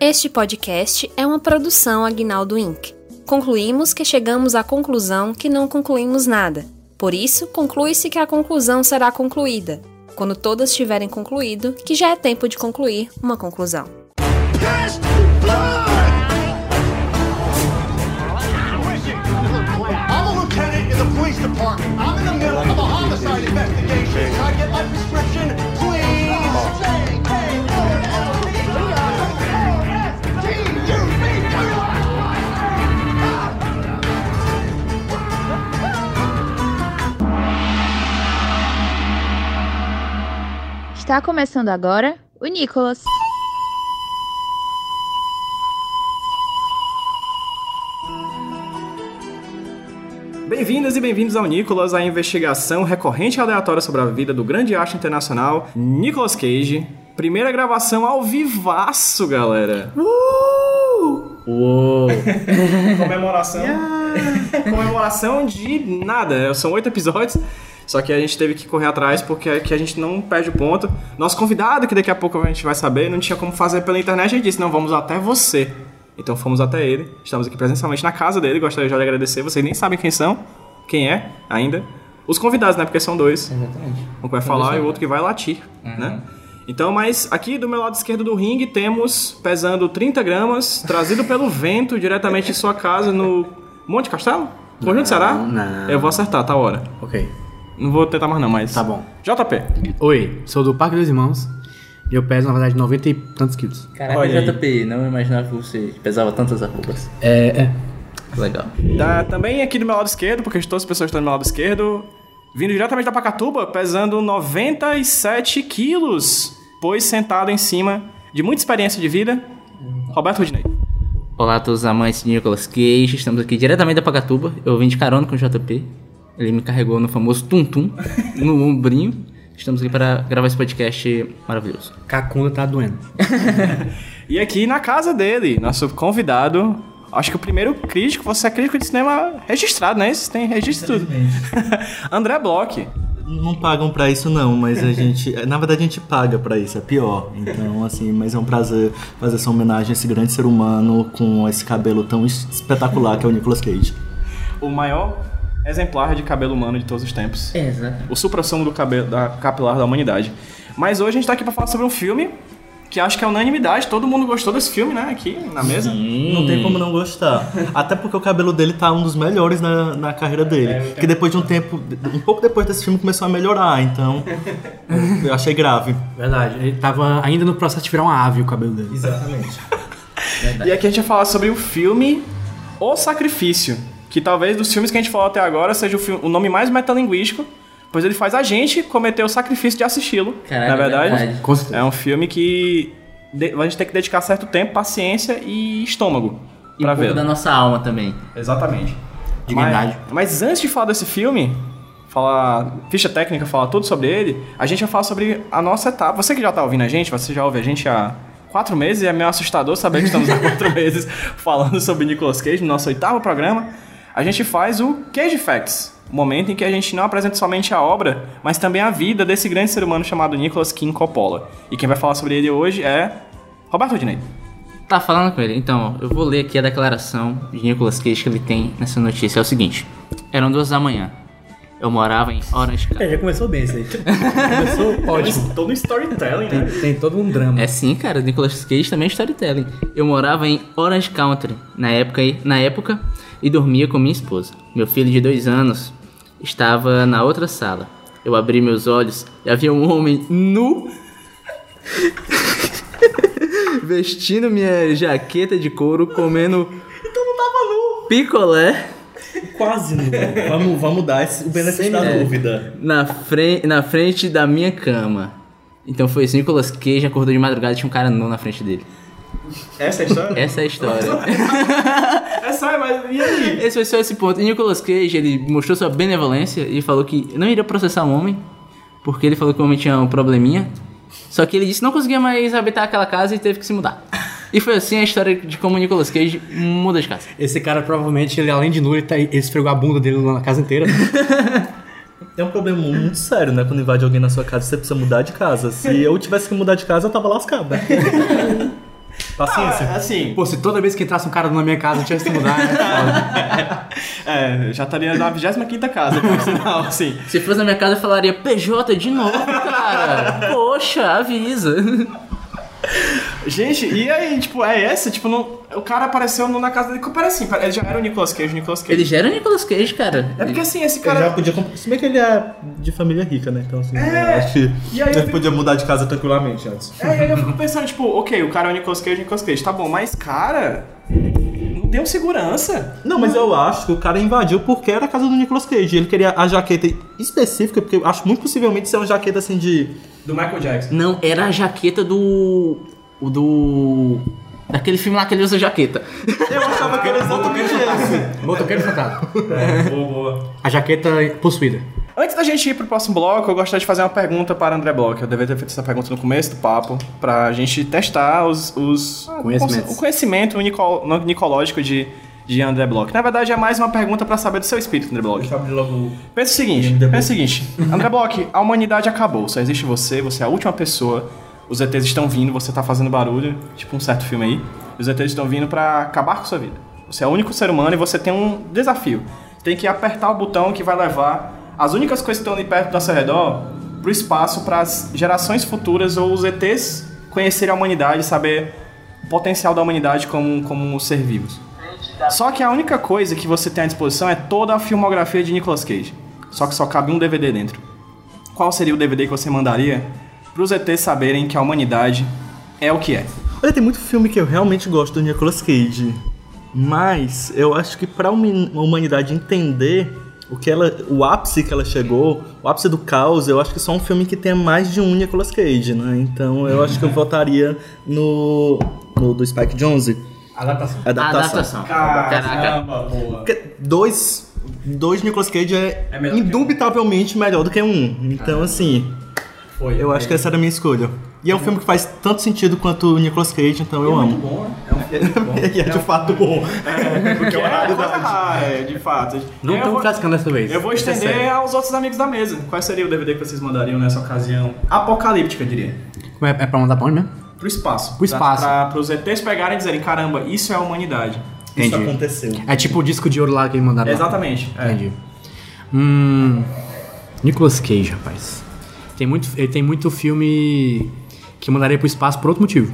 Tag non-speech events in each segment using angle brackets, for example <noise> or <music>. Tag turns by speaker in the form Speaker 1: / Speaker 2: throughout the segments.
Speaker 1: Este podcast é uma produção Agnaldo Inc. Concluímos que chegamos à conclusão que não concluímos nada. Por isso, conclui-se que a conclusão será concluída. Quando todas tiverem concluído, que já é tempo de concluir uma conclusão.
Speaker 2: I'm a lieutenant in the police department. I'm in the middle of a homicide investigation. Can I get my prescription, please?
Speaker 3: Está começando agora o Nicolas.
Speaker 4: Bem-vindas e bem-vindos ao Nicolas, a investigação recorrente e aleatória sobre a vida do grande arte internacional Nicolas Cage. Primeira gravação ao vivaço, galera. Uh! Uou! <laughs> Comemoração. <laughs> Comemoração de nada. é, São oito episódios. Só que a gente teve que correr atrás porque aqui a gente não perde o ponto. Nosso convidado, que daqui a pouco a gente vai saber, não tinha como fazer pela internet, ele disse: não, vamos até você. Então fomos até ele, estamos aqui presencialmente na casa dele, gostaria já de agradecer, vocês nem sabem quem são, quem é ainda. Os convidados, né? Porque são dois.
Speaker 5: Exatamente.
Speaker 4: Um que vai falar e o outro que vai latir, né? Então, mas aqui do meu lado esquerdo do ringue temos, pesando 30 gramas, trazido pelo vento diretamente de sua casa no Monte Castelo? Conjunto do Ceará?
Speaker 5: não.
Speaker 4: Eu vou acertar, tá a hora.
Speaker 5: Ok.
Speaker 4: Não vou tentar mais não, mas...
Speaker 5: Tá bom.
Speaker 4: JP.
Speaker 5: Oi, sou do Parque dos Irmãos e eu peso, na verdade, 90 e tantos quilos.
Speaker 6: Caraca,
Speaker 4: Olha aí.
Speaker 6: JP, não imaginava que você pesava tantas arrobas.
Speaker 5: É, é.
Speaker 6: Legal.
Speaker 4: Tá, também aqui do meu lado esquerdo, porque todas as pessoas estão do meu lado esquerdo, vindo diretamente da Pacatuba, pesando 97 quilos, pois sentado em cima de muita experiência de vida, Roberto Rudinei.
Speaker 6: Olá a todos os amantes de Nicolas Cage, estamos aqui diretamente da Pagatuba. Eu vim de carona com o JP, ele me carregou no famoso tum-tum, no ombrinho. Estamos aqui para gravar esse podcast maravilhoso.
Speaker 5: Cacunda tá doendo.
Speaker 4: E aqui na casa dele, nosso convidado. Acho que o primeiro crítico, você é crítico de cinema registrado, né? Isso tem registro tudo. <laughs> André Bloch.
Speaker 7: Não pagam pra isso não, mas <laughs> a gente, na verdade a gente paga pra isso, é pior. Então, assim, mas é um prazer fazer essa homenagem a esse grande ser humano com esse cabelo tão es- espetacular que é o Nicolas Cage.
Speaker 4: o maior exemplar de cabelo humano de todos os tempos.
Speaker 6: Exato.
Speaker 4: O supra-sumo do cabelo da capilar da humanidade. Mas hoje a gente tá aqui pra falar sobre um filme que acho que é unanimidade, todo mundo gostou desse filme, né, aqui na mesa.
Speaker 6: Hum.
Speaker 7: Não tem como não gostar. Até porque o cabelo dele tá um dos melhores na, na carreira dele. que depois de um tempo, um pouco depois desse filme começou a melhorar, <laughs> então eu achei grave.
Speaker 5: Verdade, ele tava ainda no processo de virar uma ave o cabelo dele.
Speaker 7: Exatamente.
Speaker 4: E aqui a gente vai falar sobre o filme O Sacrifício, que talvez dos filmes que a gente falou até agora seja o, filme- o nome mais metalinguístico, pois ele faz a gente cometer o sacrifício de assisti-lo.
Speaker 6: Caraca,
Speaker 4: na verdade,
Speaker 6: verdade.
Speaker 5: Com certeza.
Speaker 4: é um filme que de- a gente tem que dedicar certo tempo, paciência e estômago
Speaker 6: E
Speaker 4: pra
Speaker 6: um pouco
Speaker 4: vê-lo.
Speaker 6: da nossa alma também.
Speaker 4: Exatamente.
Speaker 5: Dignidade.
Speaker 4: Mas, mas antes de falar desse filme, falar ficha técnica, falar tudo sobre ele, a gente vai falar sobre a nossa etapa. Você que já tá ouvindo a gente, você já ouve a gente há quatro meses, e é meio assustador saber que estamos
Speaker 5: <laughs>
Speaker 4: há quatro meses falando sobre Nicolas Cage no nosso oitavo programa. A gente faz o Cage Facts, o momento em que a gente não apresenta somente a obra, mas também a vida desse grande ser humano chamado Nicolas King Coppola. E quem vai falar sobre ele hoje é Roberto Rodinei.
Speaker 6: Tá falando com ele? Então, ó, eu vou ler aqui a declaração de Nicolas Cage que ele tem nessa notícia. É o seguinte: eram duas da manhã. Eu morava em Orange County.
Speaker 5: já começou bem isso aí. começou ótimo.
Speaker 4: Todo storytelling, né?
Speaker 5: Tem todo um drama.
Speaker 6: É sim, cara, Nicolas Cage também é storytelling. Eu morava em Orange Country na época, na época e dormia com minha esposa. Meu filho de dois anos estava na outra sala. Eu abri meus olhos e havia um homem nu <laughs> vestindo minha jaqueta de couro, comendo. Picolé
Speaker 7: Quase não. Vamos, vamos dar esse- o benefício da
Speaker 6: Sem-
Speaker 7: dúvida.
Speaker 6: na, fren na frente da minha cama. Então foi isso, Nicolas Cage acordou de madrugada e tinha um cara nu na frente dele.
Speaker 4: Essa é a história?
Speaker 6: Essa é a história. <laughs>
Speaker 4: é, sai, mas e aí?
Speaker 6: Esse foi só esse ponto. E Nicolas Cage, ele mostrou sua benevolência e falou que não iria processar um homem, porque ele falou que o homem tinha um probleminha. Só que ele disse que não conseguia mais habitar aquela casa e teve que se mudar. E foi assim a história de como o Nicolas Cage muda de casa.
Speaker 5: Esse cara provavelmente, ele além de nu, ele, tá, ele esfregou a bunda dele lá na casa inteira.
Speaker 7: É um problema muito sério, né? Quando invade
Speaker 4: <laughs>
Speaker 7: alguém na sua casa, você precisa mudar de casa. Se eu tivesse que mudar de casa, eu tava lascada. né? Paciência.
Speaker 4: <laughs> Assim,
Speaker 5: Pô, se toda vez que entrasse um cara na minha casa eu tivesse que mudar, né?
Speaker 6: <laughs>
Speaker 5: Foda.
Speaker 4: é, já estaria na 25 casa, por <laughs> sinal, assim.
Speaker 6: Se fosse na minha casa, eu falaria PJ de novo, cara. Poxa, avisa.
Speaker 4: Gente, e aí, tipo, é essa? Tipo, não- o cara apareceu no- na casa dele. Parece assim, ele já era o Nicolas Cage, o Nicolas Cage.
Speaker 6: Ele gera o Nicolas Cage, cara.
Speaker 4: É porque assim, esse
Speaker 7: Ele
Speaker 4: cara.
Speaker 7: já podia comprar. Se bem que ele é de família rica, né? Então, assim,
Speaker 4: É,
Speaker 7: eu acho que
Speaker 4: e aí eu
Speaker 7: ele
Speaker 4: vi-
Speaker 7: podia mudar de casa tranquilamente antes.
Speaker 4: É, e aí eu fico pensando, tipo, ok, o cara é o Nicolas Cage, o Nicolas Cage, tá bom, mas cara, não deu segurança.
Speaker 7: Não, mas eu acho que o cara invadiu porque era a casa do Nicolas Cage. Ele queria a jaqueta específica, porque eu acho muito possivelmente ser uma jaqueta assim de.
Speaker 4: Do Michael Jackson.
Speaker 6: Não, era a jaqueta do. O do. Daquele filme lá que ele usa jaqueta.
Speaker 7: Eu achava que era
Speaker 4: um
Speaker 7: exatamente esse.
Speaker 5: Motoqueiro fantasma.
Speaker 4: Boa, boa.
Speaker 5: A jaqueta possuída.
Speaker 4: Antes da gente ir pro próximo bloco, eu gostaria de fazer uma pergunta para André Bloch. Eu deveria ter feito essa pergunta no começo do papo, pra gente testar os. os
Speaker 5: Conhecimentos.
Speaker 4: Ah, O conhecimento nico- no- nicológico de, de André Bloch. Na verdade, é mais uma pergunta pra saber do seu espírito, André Bloch.
Speaker 7: Deixa eu abrir logo.
Speaker 4: Pensa o seguinte, pensa o seguinte. André Bloch, a humanidade acabou, só existe você, você é a última pessoa. Os ETs estão vindo, você tá fazendo barulho, tipo um certo filme aí. Os ETs estão vindo pra acabar com sua vida. Você é o único ser humano e você tem um desafio. Tem que apertar o botão que vai levar as únicas coisas que estão ali perto do nosso redor pro espaço, pras gerações futuras ou os ETs conhecerem a humanidade, saber o potencial da humanidade como, como ser vivos. Só que a única coisa que você tem à disposição é toda a filmografia de Nicolas Cage. Só que só cabe um DVD dentro. Qual seria o DVD que você mandaria pros ETs saberem que a humanidade é o que é?
Speaker 7: Olha, tem muito filme que eu realmente gosto do Nicolas Cage. Mas eu acho que pra humi- a humanidade entender o que ela. o ápice que ela chegou, o ápice do caos, eu acho que só um filme que tenha mais de um Nicolas Cage, né? Então eu acho que eu votaria no. no do Spike Jonze.
Speaker 5: Adaptação.
Speaker 7: Adaptação.
Speaker 6: Adaptação. Caraca.
Speaker 7: Porque dois. Dois Nicolas Cage é,
Speaker 4: É melhor do que um. Ah,
Speaker 7: indubitavelmente melhor do que um. Então, assim,
Speaker 4: Foi.
Speaker 7: eu acho que essa era a minha escolha. E é um filme que faz tanto sentido quanto o Nicolas Cage, então eu amo.
Speaker 4: bom. É um filme muito bom.
Speaker 7: <laughs> E é de fato bom.
Speaker 4: <laughs> Porque é uma coisa rara, <laughs> é, de fato.
Speaker 5: Não
Speaker 4: eu,
Speaker 5: um estamos
Speaker 4: vou,
Speaker 5: classificando dessa vez.
Speaker 4: eu vou
Speaker 7: É
Speaker 4: estender
Speaker 7: sério.
Speaker 4: aos outros amigos da mesa. Qual seria o DVD que vocês mandariam nessa ocasião? Apocalíptica, eu diria.
Speaker 5: Como é, é pra mandar pra onde mesmo?
Speaker 4: Pro espaço.
Speaker 5: Pro espaço.
Speaker 4: Para os ETs pegarem e dizerem, caramba, isso é a humanidade.
Speaker 7: Isso
Speaker 5: Entendi.
Speaker 7: aconteceu.
Speaker 5: É tipo o disco de ouro lá que mandaram. lá.
Speaker 4: Exatamente. é.
Speaker 5: Entendi. Hum. Nicolas Cage, rapaz. Tem muito, ele tem muito filme que mandaria pro espaço por outro motivo.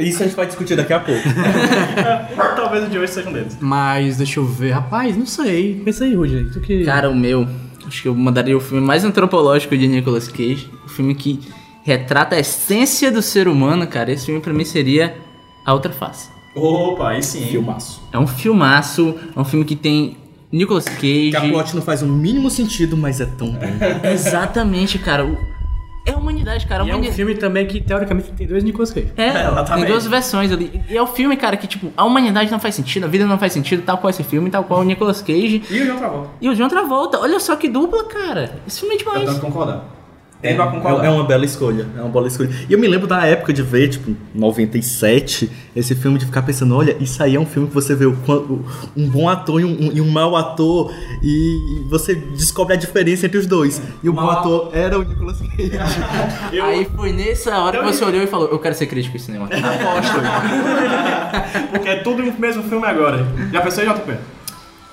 Speaker 7: Isso a gente vai discutir daqui a pouco.
Speaker 4: <laughs> Talvez o de hoje seja um deles.
Speaker 5: Mas deixa eu ver. Rapaz, não sei. Pensa aí, Rudy. Tu que.
Speaker 6: Cara, o meu. Acho que eu mandaria o filme mais antropológico de Nicolas Cage. O filme que retrata a essência do ser humano, cara. Esse filme pra mim seria A Outra Face.
Speaker 4: Opa, aí sim. hein?
Speaker 7: Filmaço.
Speaker 6: É um filmaço, é um filme que tem Nicolas Cage.
Speaker 7: Que a plot não faz o mínimo sentido, mas é tão bom.
Speaker 4: <laughs>
Speaker 6: Exatamente, cara. O- É a humanidade, cara. A
Speaker 5: E é um
Speaker 6: humani-
Speaker 5: filme também que teoricamente tem dois Nicolas Cage. <laughs>
Speaker 6: É, tem
Speaker 4: Exatamente.
Speaker 6: duas versões ali. E é o filme, cara, que, tipo, a humanidade não faz sentido, a vida não faz sentido, tal qual esse filme, tal qual o Nicolas Cage
Speaker 4: E o João Travolta.
Speaker 6: e o John Travolta. Olha só que dupla, cara. Esse filme é demais.
Speaker 4: Tentando concordar. Tendo a concordar.
Speaker 7: É, é
Speaker 6: um-
Speaker 7: uma bela escolha, é uma bela escolha. E eu me lembro da época de ver, tipo, 97, esse filme de ficar pensando, olha, isso aí é um filme que você vê o quan- o- um bom ator e um, um- e um mau ator, e você descobre a diferença entre os dois. E o bom ator era o Nicolas Cage.
Speaker 4: <laughs> Eu-
Speaker 6: Aí foi nessa hora que
Speaker 4: Eu-
Speaker 6: você olhou e falou, eu quero ser crítico
Speaker 4: <laughs>
Speaker 6: de cinema.
Speaker 4: Porque é tudo no mesmo filme agora. Já pensou em JP?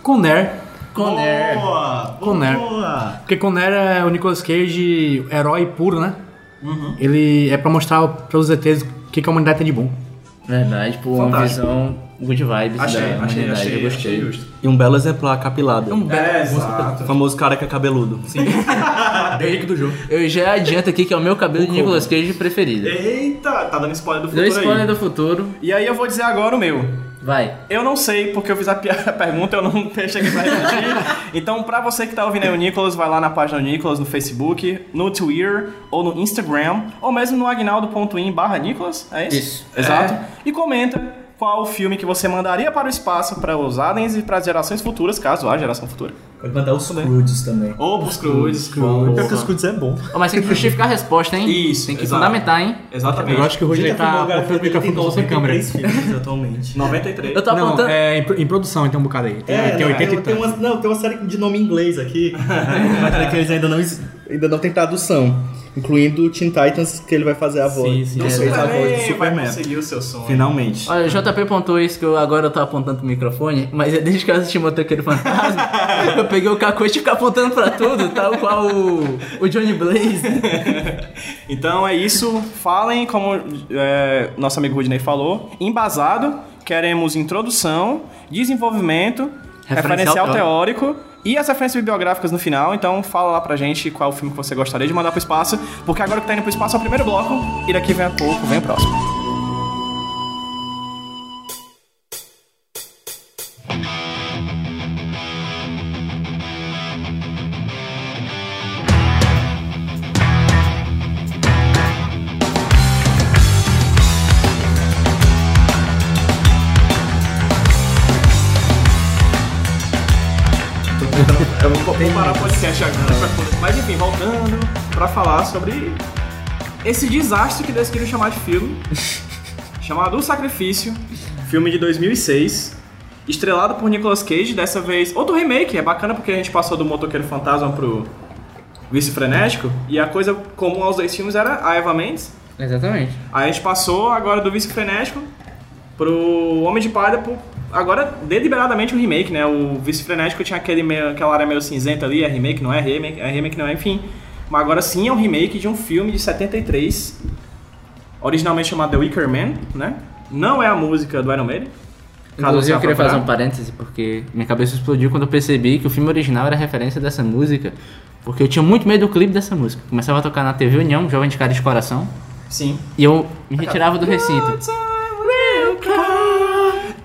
Speaker 5: Conner.
Speaker 4: É.
Speaker 6: Conner.
Speaker 7: Boa!
Speaker 6: é?
Speaker 5: Conner.
Speaker 7: Boa!
Speaker 5: Porque Conner é o Nicolas Cage herói puro, né?
Speaker 7: Uhum.
Speaker 5: Ele é pra mostrar pra os ETs o que, que a humanidade tem de bom.
Speaker 6: Verdade, tipo, uma
Speaker 4: Fantástico.
Speaker 6: visão good vibes
Speaker 4: Achei,
Speaker 6: da
Speaker 4: achei,
Speaker 6: humanidade.
Speaker 4: achei,
Speaker 6: eu gostei.
Speaker 4: achei justo.
Speaker 7: E um belo exemplar, capilada.
Speaker 6: Um belo-
Speaker 4: É,
Speaker 7: O
Speaker 4: exato.
Speaker 7: famoso cara que é cabeludo. Sim.
Speaker 5: Delico do jogo.
Speaker 6: Eu já adianto aqui que é o meu cabelo de Nicolas Cage preferido.
Speaker 4: Eita, tá dando spoiler do
Speaker 6: Deu
Speaker 4: futuro
Speaker 6: spoiler
Speaker 4: aí.
Speaker 6: do futuro.
Speaker 4: E aí eu vou dizer agora o meu.
Speaker 6: Vai.
Speaker 4: Eu não sei, porque eu fiz a, pi- <laughs> a pergunta, eu não <laughs> deixei aqui pra repetir. Então, pra você que tá ouvindo aí o Nicolas, vai lá na página do Nicolas, no Facebook, no Twitter, ou no Instagram, ou mesmo no agnaldo.in barra Nicolas, é isso?
Speaker 6: Isso.
Speaker 4: Exato. E comenta qual o filme que você mandaria para o espaço, para os aliens e para as gerações futuras, caso haja geração futura.
Speaker 8: Pode mandar os Croods também.
Speaker 4: Ou pros Cruz.
Speaker 8: Pior
Speaker 4: tá.
Speaker 7: Porque os Croods é bom.
Speaker 6: Ó, Mas tem que justificar a resposta, hein?
Speaker 4: Isso,
Speaker 6: Tem que
Speaker 4: exato.
Speaker 6: fundamentar, hein?
Speaker 4: Exatamente.
Speaker 5: Eu acho que o Roger tá apontando o microfone só sem câmera.
Speaker 7: filmes atualmente.
Speaker 4: 93.
Speaker 6: Eu tô
Speaker 5: Não,
Speaker 6: apontando.
Speaker 5: é em, pro- em produção, então, um bocado aí. Tem, tem 80 e
Speaker 7: É, tem um-
Speaker 5: tantos.
Speaker 7: uma, Não, tem uma série de nome em inglês aqui, <laughs> mas é que eles ainda não, es- ainda não tem tradução. Incluindo o Teen Titans, que ele vai fazer a voz.
Speaker 5: Sim, sim,
Speaker 7: Não
Speaker 5: é
Speaker 7: sei, a voz do
Speaker 4: vai
Speaker 7: Superman.
Speaker 4: conseguir o seu sonho.
Speaker 7: Finalmente.
Speaker 6: Olha, o JP pontuou isso que eu agora eu tô apontando pro microfone, mas é desde que eu assisti Motoqueiro
Speaker 5: <laughs>
Speaker 6: Fantasma, eu peguei o cacoete e fico apontando pra tudo, tal qual o, o Johnny Blaze.
Speaker 4: <laughs> Então é isso. Falem, como é, nosso amigo Rudney falou, embasado. Queremos introdução, desenvolvimento, referencial,
Speaker 6: Referencial
Speaker 4: teórico. e as referências bibliográficas no final. Então fala lá pra gente qual o filme que você gostaria de mandar pro espaço. Porque agora que tá indo pro espaço é o primeiro bloco. E daqui vem a pouco, vem o próximo. Eu vou, vou parar o podcast agora. Mas enfim, voltando pra falar sobre esse desastre que decidiram chamar de filme, chamado O Sacrifício, filme de 2006, estrelado por Nicolas Cage, dessa vez outro remake, é bacana porque a gente passou do Motoqueiro Fantasma pro Vice Frenético, e a coisa comum aos dois filmes era a Eva Mendes,
Speaker 6: Exatamente.
Speaker 4: aí a gente passou agora do Vice Frenético pro Homem de Palha, pro, agora deliberadamente um remake, né? O Vice Frenético tinha aquele meio- aquela área meio cinzenta ali, é remake, não é remake, é remake, não é, enfim. Mas agora sim é um remake de um filme de 73, originalmente chamado The Wicker Man, né? Não é a música do Iron Maiden. caso você
Speaker 6: Inclusive, eu
Speaker 4: vá procurar.
Speaker 6: queria
Speaker 5: tá?
Speaker 6: fazer um parêntese, porque minha cabeça explodiu quando eu percebi que o filme original era referência dessa música, porque eu tinha muito medo do clipe dessa música. Começava a tocar na TV União, Jovem de Cara de Coração,
Speaker 4: Sim.
Speaker 6: e eu me retirava do recinto.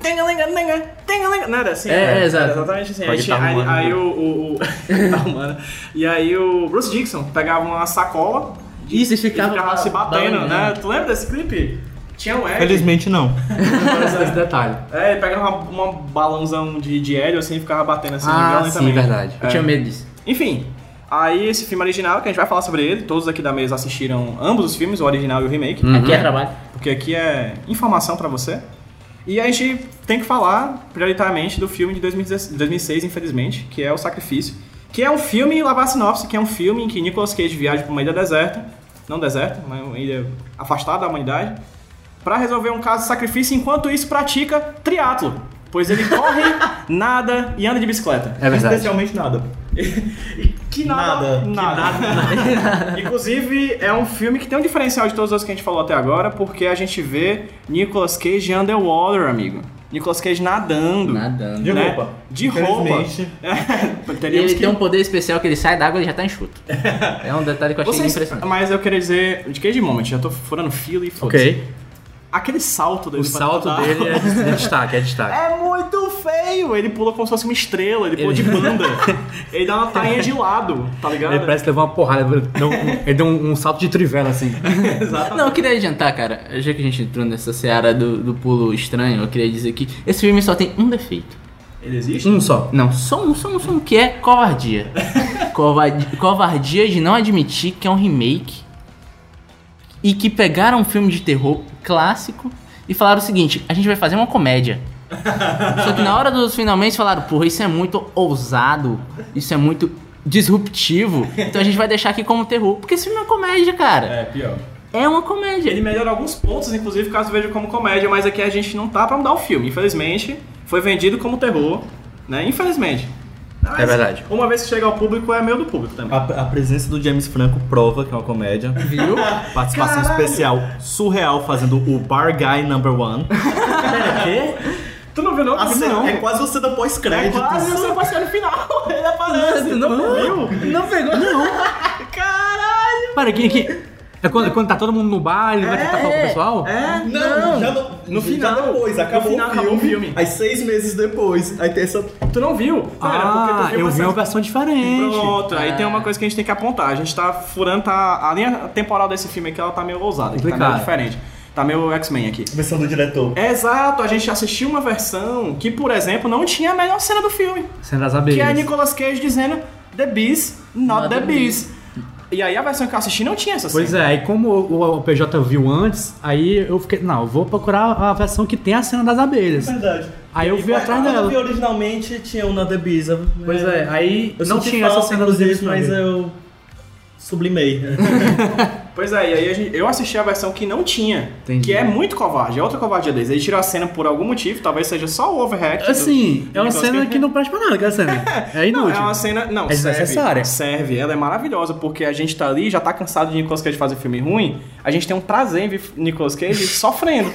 Speaker 4: Tingalingalinga, tingalinga. Não era assim?
Speaker 6: É,
Speaker 4: né?
Speaker 6: é, exato.
Speaker 4: Era Exatamente assim. Aí,
Speaker 8: Pode
Speaker 4: tinha-
Speaker 8: tá
Speaker 4: aí,
Speaker 8: arrumando,
Speaker 4: aí
Speaker 8: né?
Speaker 4: o. o, <laughs> o- tá arrumando. E aí o Bruce Dixon pegava uma sacola de-
Speaker 6: Isso, e ficava ba-
Speaker 4: se batendo,
Speaker 6: balançando.
Speaker 4: né? Tu lembra desse clipe? Tinha um Ed.
Speaker 7: Felizmente não.
Speaker 5: Esse detalhe.
Speaker 4: É, ele pegava uma, uma balãozão de, de hélio assim e ficava batendo assim
Speaker 6: Ah, sim,
Speaker 4: violentamente.
Speaker 6: verdade. Eu
Speaker 4: É.
Speaker 6: tinha medo disso.
Speaker 4: Enfim, aí esse filme original, que a gente vai falar sobre ele, todos aqui da mesa assistiram ambos os filmes, o original e o remake.
Speaker 6: Aqui é trabalho.
Speaker 4: porque aqui é informação pra você. E a gente tem que falar prioritariamente do filme de 2016, 2006, infelizmente, que é O Sacrifício, que é um filme, lá vai a sinopse, que é um filme em que Nicolas Cage viaja pra uma ilha deserta, não deserta, mas uma ilha afastada da humanidade, pra resolver um caso de sacrifício, enquanto isso pratica triatlo, pois ele
Speaker 6: <laughs>
Speaker 4: corre, nada e anda de bicicleta.
Speaker 6: É verdade.
Speaker 7: Especialmente nada.
Speaker 4: Que nada.
Speaker 7: Nada.
Speaker 4: nada. <laughs> Inclusive, é um filme que tem um diferencial de todos os que a gente falou até agora, porque a gente vê Nicolas Cage underwater, amigo. Nicolas Cage nadando.
Speaker 6: Nadando.
Speaker 7: De
Speaker 4: né?
Speaker 7: roupa.
Speaker 4: De roupa.
Speaker 7: Infelizmente.
Speaker 4: <laughs> É,
Speaker 6: E
Speaker 4: teríamos
Speaker 6: ele
Speaker 4: que-
Speaker 6: tem um poder especial que ele sai da água e ele já tá enxuto. É um detalhe que eu achei
Speaker 4: Vocês-
Speaker 6: impressionante.
Speaker 4: Mas eu queria dizer, de Cage Moment, já tô furando fila e
Speaker 7: um
Speaker 4: foda Aquele salto dele.
Speaker 5: O
Speaker 4: pra
Speaker 5: salto
Speaker 4: nadar.
Speaker 5: dele
Speaker 4: <laughs>
Speaker 5: é de- é destaque, é destaque.
Speaker 4: É muito feio! Ele pula como se fosse uma estrela, ele pula de banda. ele dá uma tainha de lado, tá
Speaker 7: É.
Speaker 4: ligado?
Speaker 5: Ele parece que levou uma porrada, ele deu um, ele deu um- um salto de trivela assim.
Speaker 6: Não, eu queria adiantar, cara. Já que a gente entrou nessa seara do, do pulo estranho, eu queria dizer que esse filme só tem um defeito.
Speaker 4: Ele existe?
Speaker 5: Um só.
Speaker 6: Não, só um, só um, só um, que é covardia. covardia. Covardia de não admitir que é um remake e que pegaram um filme de terror clássico e falaram o seguinte: a gente vai fazer uma comédia. Só que na hora dos finalmente falaram: porra, isso é muito ousado, isso é muito disruptivo, então a gente vai deixar aqui como terror. Porque esse filme é uma comédia, cara.
Speaker 4: É, pior.
Speaker 6: É uma comédia.
Speaker 4: Ele melhora alguns pontos, inclusive, caso veja como comédia, mas aqui a gente não tá pra mudar o filme. Infelizmente, foi vendido como terror, né? Infelizmente. Mas,
Speaker 5: É verdade.
Speaker 4: Uma vez que chega ao público, é meio do público
Speaker 5: <laughs>
Speaker 4: também.
Speaker 7: A, a presença do James Franco prova que é uma comédia.
Speaker 6: Viu?
Speaker 7: Participação
Speaker 4: Caralho.
Speaker 7: especial surreal fazendo o Bar Guy Number One.
Speaker 5: É,
Speaker 4: Tu não viu não?
Speaker 7: A
Speaker 4: Tu viu,
Speaker 7: cena-
Speaker 4: não.
Speaker 7: É quase você da
Speaker 4: É
Speaker 7: pós-crédito.
Speaker 4: quase você passar no final. <laughs> Ele é aparece.
Speaker 6: Não, não, não pegou. Não.
Speaker 4: Caralho!
Speaker 5: Para, aqui, aqui. É quando, quando tá todo mundo no bar, ele vai tentar falar pro pessoal?
Speaker 4: É?
Speaker 7: Não, já no,
Speaker 4: No final.
Speaker 7: já depois,
Speaker 4: No
Speaker 7: acabou,
Speaker 4: final,
Speaker 7: o filme,
Speaker 4: acabou o filme.
Speaker 7: Aí seis meses depois, aí tem essa.
Speaker 4: Tu não viu? Cara,
Speaker 5: Ah,
Speaker 4: porque tu viu
Speaker 5: eu
Speaker 4: essa-
Speaker 5: vi um É. uma versão diferente.
Speaker 4: Pronto, aí tem uma coisa que a gente tem que apontar. A gente tá furando tá, a linha temporal desse filme aqui, ela tá meio ousada, que tá meio
Speaker 5: Complicado.
Speaker 4: diferente. Tá meu X-Men aqui.
Speaker 7: Versão do diretor.
Speaker 4: Exato, a gente assistiu uma versão que, por exemplo, não tinha a melhor cena do filme.
Speaker 5: Sendo das
Speaker 4: Que é
Speaker 5: abelhas.
Speaker 4: Nicolas Cage dizendo The Bees, not,
Speaker 6: Not
Speaker 4: the,
Speaker 6: the
Speaker 4: Bees. E aí a versão que eu assisti não tinha essa
Speaker 5: Pois
Speaker 4: cena.
Speaker 5: é, aí como o, o PJ viu antes, aí eu fiquei, não, eu vou procurar a versão que tem a cena das abelhas.
Speaker 7: É Verdade.
Speaker 5: Aí eu
Speaker 7: E
Speaker 5: vi
Speaker 4: é
Speaker 5: atrás
Speaker 7: quando
Speaker 5: dela.
Speaker 7: Eu vi originalmente tinha o Na The Bees. eu-
Speaker 5: Pois é, aí
Speaker 7: Eu
Speaker 5: não
Speaker 7: senti
Speaker 5: tinha essa
Speaker 7: falta,
Speaker 5: cena dos
Speaker 7: inclusive,
Speaker 5: deles,
Speaker 7: mas eu sublimei. <laughs>
Speaker 4: Pois é, e aí a gente- eu assisti a versão que não tinha.
Speaker 5: Entendi.
Speaker 4: Que é muito covarde, é outra covardia deles. Eles tiram a cena por algum motivo, talvez seja só o overhack. do-
Speaker 5: Assim,
Speaker 4: do
Speaker 5: é uma
Speaker 4: Nicolas
Speaker 5: cena
Speaker 4: Cage.
Speaker 5: que não presta pra nada,
Speaker 4: <laughs>
Speaker 5: aquela cena. É
Speaker 4: Não,
Speaker 5: inútil.
Speaker 4: é uma cena. Não,
Speaker 5: É desnecessária.
Speaker 4: Serve, serve. Ela é maravilhosa, porque a gente tá ali, já tá cansado de Nicolas Cage fazer filme ruim. A gente tem um prazer em ver Nicolas
Speaker 5: <laughs>
Speaker 4: Cage sofrendo.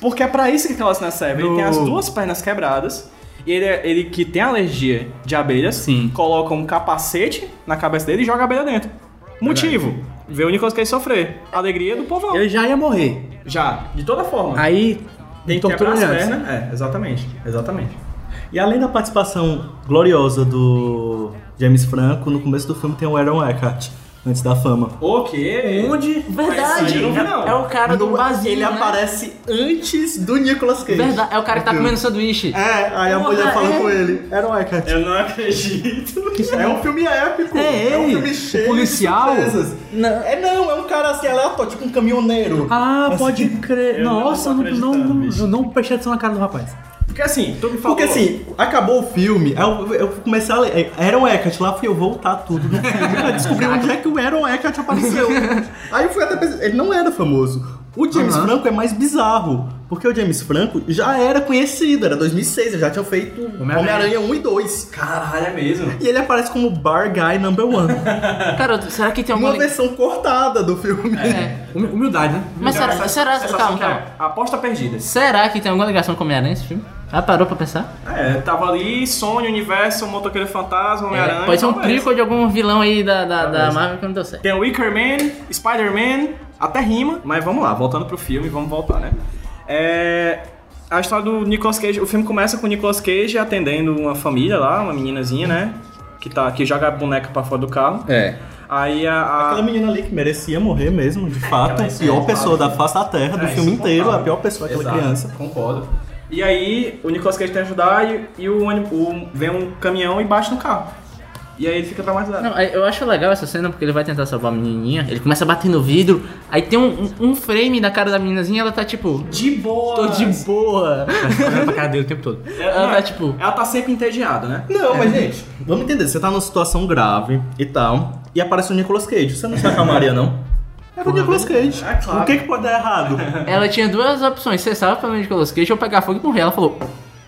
Speaker 4: Porque é pra isso que aquela cena serve. Ele
Speaker 5: No-
Speaker 4: tem as duas pernas quebradas. E ele, é- ele que tem alergia de abelhas,
Speaker 5: Sim.
Speaker 4: coloca um capacete na cabeça dele e joga a abelha dentro. Motivo: ver o Nicolas Cage sofrer. Alegria do povão.
Speaker 5: Eu já ia morrer.
Speaker 4: Já, de toda forma.
Speaker 5: Aí,
Speaker 4: tem que
Speaker 5: tortura
Speaker 4: quebrar as
Speaker 5: antes.
Speaker 4: pernas. É, exatamente. Exatamente.
Speaker 7: E além da participação gloriosa do James Franco, no começo do filme tem o Aaron Eckhart, antes da fama.
Speaker 4: O quê?
Speaker 7: Onde?
Speaker 6: Verdade.
Speaker 4: Esse aí eu não vi, não.
Speaker 6: É, é o cara do barzinho,
Speaker 7: Ele
Speaker 6: né?
Speaker 7: aparece antes do Nicolas Cage.
Speaker 6: Verdade, é o cara que tá
Speaker 7: No filme.
Speaker 6: comendo sanduíche.
Speaker 7: É, aí a
Speaker 6: Porra,
Speaker 7: mulher fala
Speaker 6: é.
Speaker 7: com ele. Aaron Eckhart.
Speaker 4: Eu não acredito.
Speaker 7: É um filme épico.
Speaker 5: É
Speaker 7: um
Speaker 5: ele,
Speaker 7: filme
Speaker 5: o
Speaker 7: cheio de
Speaker 5: policial.
Speaker 7: surpresas. Não. É não, é um cara assim aleatório, tipo um caminhoneiro.
Speaker 5: Ah, pode crer.
Speaker 4: Assim, eu não
Speaker 5: Nossa, eu
Speaker 4: tô
Speaker 5: não, não,
Speaker 4: acreditando,
Speaker 5: não,
Speaker 4: bicho.
Speaker 5: eu não prestei atenção na cara do rapaz.
Speaker 4: Porque assim, tu me falou.
Speaker 7: Porque assim, acabou o filme, aí eu, eu comecei a ler. Era o Eckhart, lá fui eu voltar tudo no filme pra descobrir onde é que o Aaron
Speaker 4: <laughs>
Speaker 7: Eckhart apareceu. aí eu fui até pensar, ele não era famoso. O James
Speaker 5: Aham.
Speaker 7: Franco é mais bizarro, porque o James Franco já era conhecido, era 2006, ele já tinha feito
Speaker 5: Homem-Aranha.
Speaker 7: Homem-Aranha 1 e 2.
Speaker 4: Caralho, é mesmo.
Speaker 7: E ele aparece como Bar Guy
Speaker 4: <laughs>
Speaker 7: Number One.
Speaker 6: Cara, será que tem alguma...
Speaker 7: uma
Speaker 6: li-
Speaker 7: versão cortada do filme.
Speaker 6: É.
Speaker 5: Humi- Humildade, né?
Speaker 6: Mas será... será...
Speaker 4: Sensação
Speaker 6: Calma,
Speaker 4: que
Speaker 6: calma.
Speaker 4: é aposta perdida.
Speaker 6: Será que tem alguma ligação com o Homem-Aranha esse filme? Ah, parou pra pensar?
Speaker 4: É, tava ali Sony, Universo, Motoqueiro Fantasma, Homem-Aranha.
Speaker 6: pode ser um
Speaker 4: talvez.
Speaker 6: prequel de algum vilão aí da, da, da Marvel que não deu certo.
Speaker 4: Tem o Wicker Man, Spider-Man, até rima. Mas vamos lá, voltando pro filme, vamos voltar, né? É. A história do Nicolas Cage. O filme começa com o Nicolas Cage atendendo uma família lá, uma meninazinha, né? Que, tá, que joga a boneca pra fora do carro.
Speaker 6: É.
Speaker 4: Aí a. a-
Speaker 7: Aquela menina ali que merecia morrer mesmo, de fato.
Speaker 4: ela é
Speaker 7: pior
Speaker 4: insuportável.
Speaker 7: pessoa da face da terra, do
Speaker 4: É,
Speaker 7: filme inteiro, a
Speaker 4: insuportável.
Speaker 7: pior pessoa, aquela
Speaker 4: Exato,
Speaker 7: criança.
Speaker 4: Concordo. E aí o Nicolas Cage tem que ajudar e, e o, ônibus- o- vem um caminhão e bate no carro. E aí ele fica traumatizado.
Speaker 6: Não, aí eu acho legal essa cena porque ele vai tentar salvar a menininha, ele começa a bater no vidro, aí tem um, um- um frame da cara da meninazinha, ela tá tipo,
Speaker 4: De boa!
Speaker 6: tô de boa.
Speaker 5: Olhando pra cara dele o tempo todo.
Speaker 6: Ela tá tipo,
Speaker 4: Ela tá sempre entediada, né?
Speaker 7: Não, mas gente, vamos entender. Você tá numa situação grave e tal, e aparece o Nicolas Cage. Você não se acalmaria, não? Era o Nicolas Cage.
Speaker 4: É claro.
Speaker 7: O que, que pode dar errado?
Speaker 6: ela tinha duas opções, você sabe pelo Nicolas Cage ou pegar fogo e morrer. Ela falou,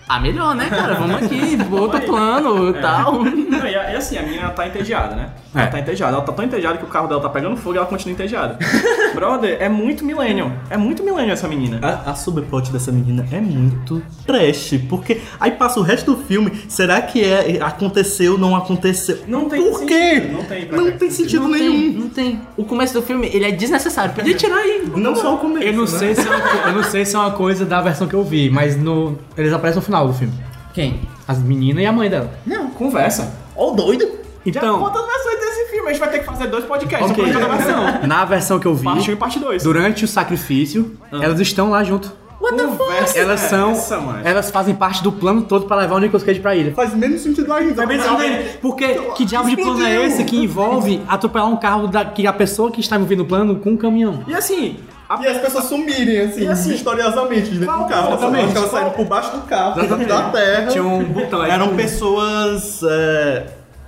Speaker 6: ah, melhor né, cara, vamos
Speaker 4: <laughs>
Speaker 6: aqui, outro plano e tal.
Speaker 4: É. Não, e, a- e assim, a menina tá entediada, né?
Speaker 5: É.
Speaker 4: Ela tá entediada. Ela tá tão entediada que o carro dela tá pegando fogo e ela continua entediada. <laughs> Brother, é muito millennial. É muito millennial essa menina.
Speaker 7: A, a subplot dessa menina é muito trash, porque aí passa o resto do filme. Será que é aconteceu, não aconteceu?
Speaker 4: Não tem
Speaker 7: Por quê?
Speaker 4: sentido, não tem pra
Speaker 7: não
Speaker 4: cá.
Speaker 7: tem sentido
Speaker 6: Não tem,
Speaker 7: nenhum.
Speaker 6: não tem. O começo do filme, ele é desnecessário, podia tirar aí.
Speaker 7: Não só o começo.
Speaker 5: Eu não,
Speaker 7: né?
Speaker 5: sei se é uma, co- eu não sei se é uma coisa da versão que eu vi, mas no, eles aparecem no final do filme.
Speaker 6: Quem?
Speaker 5: As meninas e a mãe dela.
Speaker 4: Não, conversa.
Speaker 7: Ó, o doido.
Speaker 4: Já
Speaker 5: Então,
Speaker 4: quantas versões desse filme? A gente vai ter que fazer dois podcasts.
Speaker 5: ok.
Speaker 4: Okay. Uma versão.
Speaker 5: <laughs> na versão que eu vi,
Speaker 4: Parte 1 e parte 2.
Speaker 5: durante o sacrifício, elas estão lá junto.
Speaker 4: Conversa
Speaker 5: Elas
Speaker 4: é
Speaker 5: são.
Speaker 4: essa, mano?
Speaker 5: elas fazem parte do plano todo pra levar o Nicolas Cage pra ilha.
Speaker 7: Faz menos sentido ainda.
Speaker 5: É, Porque que diabo de plano é esse que envolve atropelar um carro da que a pessoa que está envolvida no plano com um caminhão?
Speaker 4: E assim, a
Speaker 7: E as pessoas sumirem, assim,
Speaker 4: assim,
Speaker 7: misteriosamente, de dentro
Speaker 4: qual-
Speaker 7: do carro.
Speaker 4: exatamente,
Speaker 7: Elas elas saíram por baixo do carro, dentro da terra.
Speaker 5: Tinha um botão aí.
Speaker 7: Eram pessoas. é,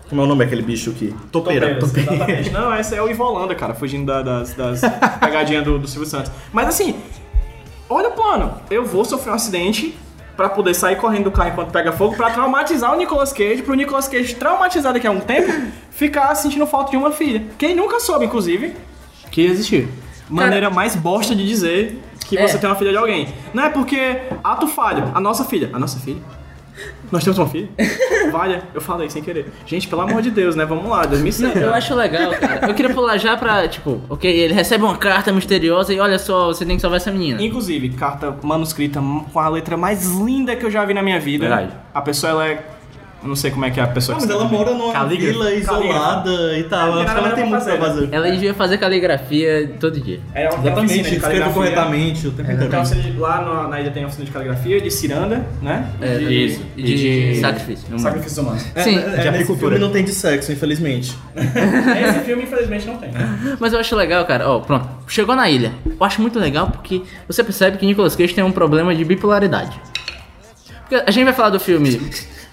Speaker 7: Como é o nome daquele bicho aqui? Topeira.
Speaker 4: Topeiras, exatamente. Não, essa é o Ivolanda, cara, fugindo da- das, das pegadinhas do, do Silvio Santos. Mas assim, olha o plano. Eu vou sofrer um acidente pra poder sair correndo do carro enquanto pega fogo, pra traumatizar o Nicolas Cage, pro Nicolas Cage traumatizado daqui a um tempo, ficar sentindo falta de uma filha. Quem nunca soube, inclusive,
Speaker 5: que existir.
Speaker 4: maneira mais bosta de dizer que
Speaker 6: É.
Speaker 4: você tem uma filha de alguém. Não é porque ato falho, a nossa filha, a nossa filha. Nós temos uma
Speaker 7: <laughs>
Speaker 4: filha? Valha, eu falei sem querer. Gente, pelo amor de Deus, né? Vamos lá, 2006.
Speaker 6: Eu acho legal, cara. Eu queria pular já pra, tipo, ok, ele recebe uma carta misteriosa e olha só, você tem que salvar essa menina.
Speaker 4: Inclusive, carta manuscrita com a letra mais linda que eu já vi na minha vida.
Speaker 5: Verdade.
Speaker 4: A pessoa ela é Eu não sei como é que é a pessoa
Speaker 7: Não,
Speaker 4: que
Speaker 7: mas ela
Speaker 4: escreve.
Speaker 7: mora numa
Speaker 5: Calígrafo.
Speaker 7: vila isolada e tal.
Speaker 4: É,
Speaker 7: Ela,
Speaker 4: porque nada
Speaker 7: ela tem
Speaker 4: mais
Speaker 7: muito
Speaker 4: pra
Speaker 7: pra
Speaker 4: fazer,
Speaker 7: fazer.
Speaker 6: Ela devia fazer caligrafia todo dia.
Speaker 4: É, ela tem oficina de
Speaker 7: Exatamente, escreva
Speaker 4: caligrafia. É,
Speaker 7: corretamente o tempo
Speaker 4: Tem uma
Speaker 7: inteiro.
Speaker 4: oficina de- lá na- na ilha tem a oficina de caligrafia, de ciranda, né? E
Speaker 6: É,
Speaker 4: de-
Speaker 5: isso.
Speaker 6: E
Speaker 5: E
Speaker 6: de,
Speaker 5: de-
Speaker 6: sacrifício. Vamos lá.
Speaker 4: Sacrifícios
Speaker 7: <laughs>
Speaker 4: humanos.
Speaker 6: Sim,
Speaker 7: é,
Speaker 4: de
Speaker 7: nesse
Speaker 4: apicultura.
Speaker 7: filme não tem de sexo, infelizmente.
Speaker 4: Esse filme, infelizmente, não
Speaker 7: É.
Speaker 4: tem.
Speaker 6: Mas eu acho legal, cara. Ó, pronto. Chegou na ilha. Eu acho muito legal porque você percebe que Nicolas Cage tem um problema de bipolaridade. Porque a gente vai falar do filme.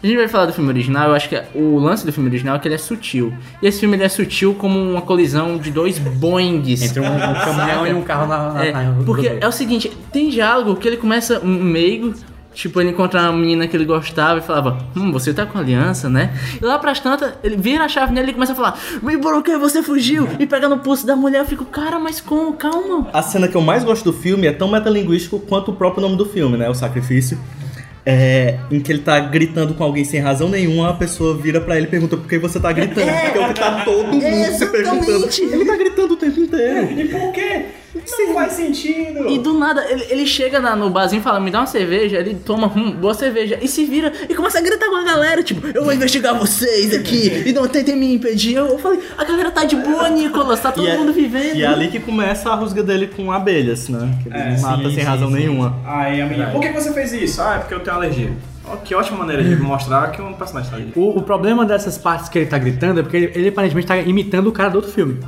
Speaker 6: A gente vai falar do filme original. Eu acho que o lance do filme original é que ele é sutil. E esse filme ele é sutil como uma colisão de dois boings.
Speaker 5: Entre um, um caminhão e um carro na,
Speaker 7: Ah,
Speaker 5: na,
Speaker 6: É,
Speaker 7: tá,
Speaker 5: na rodovia.
Speaker 6: porque é o seguinte, tem diálogo que ele começa um meigo, tipo, ele encontra uma menina que ele gostava e falava, hum, você tá com aliança, né? E lá pras tantas, ele vira a chave nele e começa a falar, me bloqueou, você fugiu, e pega no pulso da mulher, eu fico, cara, mas como? Calma.
Speaker 7: A cena que eu mais gosto do filme é tão metalinguístico quanto o próprio nome do filme, né? O Sacrifício. É, em que ele tá gritando com alguém sem razão nenhuma, a pessoa vira pra ele e pergunta por que você tá gritando. Porque é o que tá todo mundo se perguntando. Ele tá gritando o tempo inteiro. Tá
Speaker 4: E por quê? Não faz sentido.
Speaker 6: E do nada, ele, ele chega na- no barzinho e fala, me dá uma cerveja, ele toma, hum, boa cerveja, e se vira, e começa a gritar com a galera, tipo, eu vou investigar vocês aqui, e não tentem me impedir. Eu, eu falei, a galera tá de boa, Nicolas, tá todo
Speaker 7: é-
Speaker 6: mundo vivendo.
Speaker 7: e é ali que começa a rusga dele com abelhas, né? Que ele
Speaker 4: É,
Speaker 7: mata
Speaker 4: sim,
Speaker 7: sem
Speaker 4: sim,
Speaker 7: razão
Speaker 4: sim.
Speaker 7: nenhuma.
Speaker 4: Aí a menina, por que você fez isso? Ah, é porque eu tenho alergia. Ó, que ótima maneira
Speaker 7: <laughs>
Speaker 4: de mostrar que um personagem tá alergia.
Speaker 5: O, o problema dessas partes que ele tá gritando é porque ele, ele aparentemente tá imitando o cara do outro filme.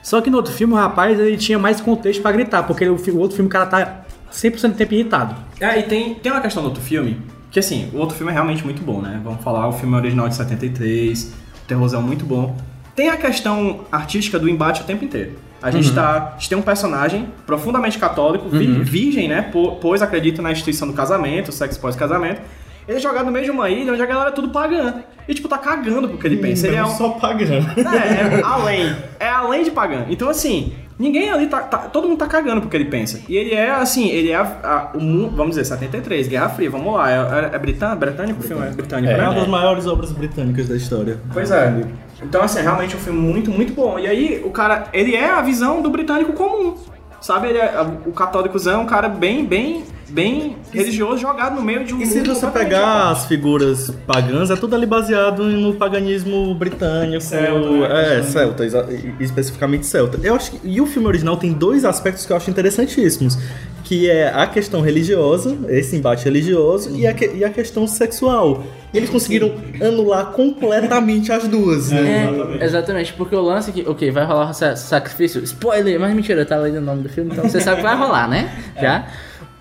Speaker 5: Só que no outro filme o rapaz ele tinha mais contexto pra gritar, porque o, fi- o outro filme o cara tá 100% do tempo irritado.
Speaker 4: É, e tem, tem uma questão do outro filme, que assim, o outro filme é realmente muito bom, né? Vamos falar, o filme é original de 73, o terrorzão é muito bom. Tem a questão artística do embate o tempo inteiro. A gente, tá, a gente tem um personagem profundamente católico, vi- virgem, né? Po- Pois acredita na instituição do casamento, sexo pós-casamento. Ele é jogado no meio de uma ilha onde a galera é tudo pagã. E, tipo, tá cagando pro que ele pensa. Ele é um,
Speaker 7: só pagando.
Speaker 4: É, é além. É além de pagando. Então, assim, ninguém ali tá, tá- Todo mundo tá cagando porque ele pensa. E ele é, assim, ele é. a- a- o mu- vamos dizer, 73, Guerra Fria, vamos lá. É, é, é britan- britânico o filme? É britânico,
Speaker 7: É uma
Speaker 4: né?
Speaker 7: das maiores obras britânicas da história.
Speaker 4: Pois é. Então, assim, é realmente um filme muito, muito bom. E aí, o cara. Ele é a visão do britânico comum. Sabe? Ele é, o católicozão é um cara bem, bem, bem religioso jogado no meio de um.
Speaker 7: E se
Speaker 4: mundo
Speaker 7: você
Speaker 4: completamente
Speaker 7: pegar as figuras pagãs, é tudo ali baseado no paganismo britânico.
Speaker 4: Celta, né?
Speaker 7: É, celta, exa- e- especificamente celta. Eu acho que, e o filme original tem dois aspectos que eu acho interessantíssimos. Que é a questão religiosa, esse embate religioso, e a, que- e a questão sexual. E eles conseguiram anular completamente as duas. né?
Speaker 6: É, exatamente, porque o lance é que, ok, vai rolar sa- sacrifício, spoiler, mas mentira, tá lendo o nome do filme, então você sabe que vai rolar, né?
Speaker 7: É.
Speaker 6: Já.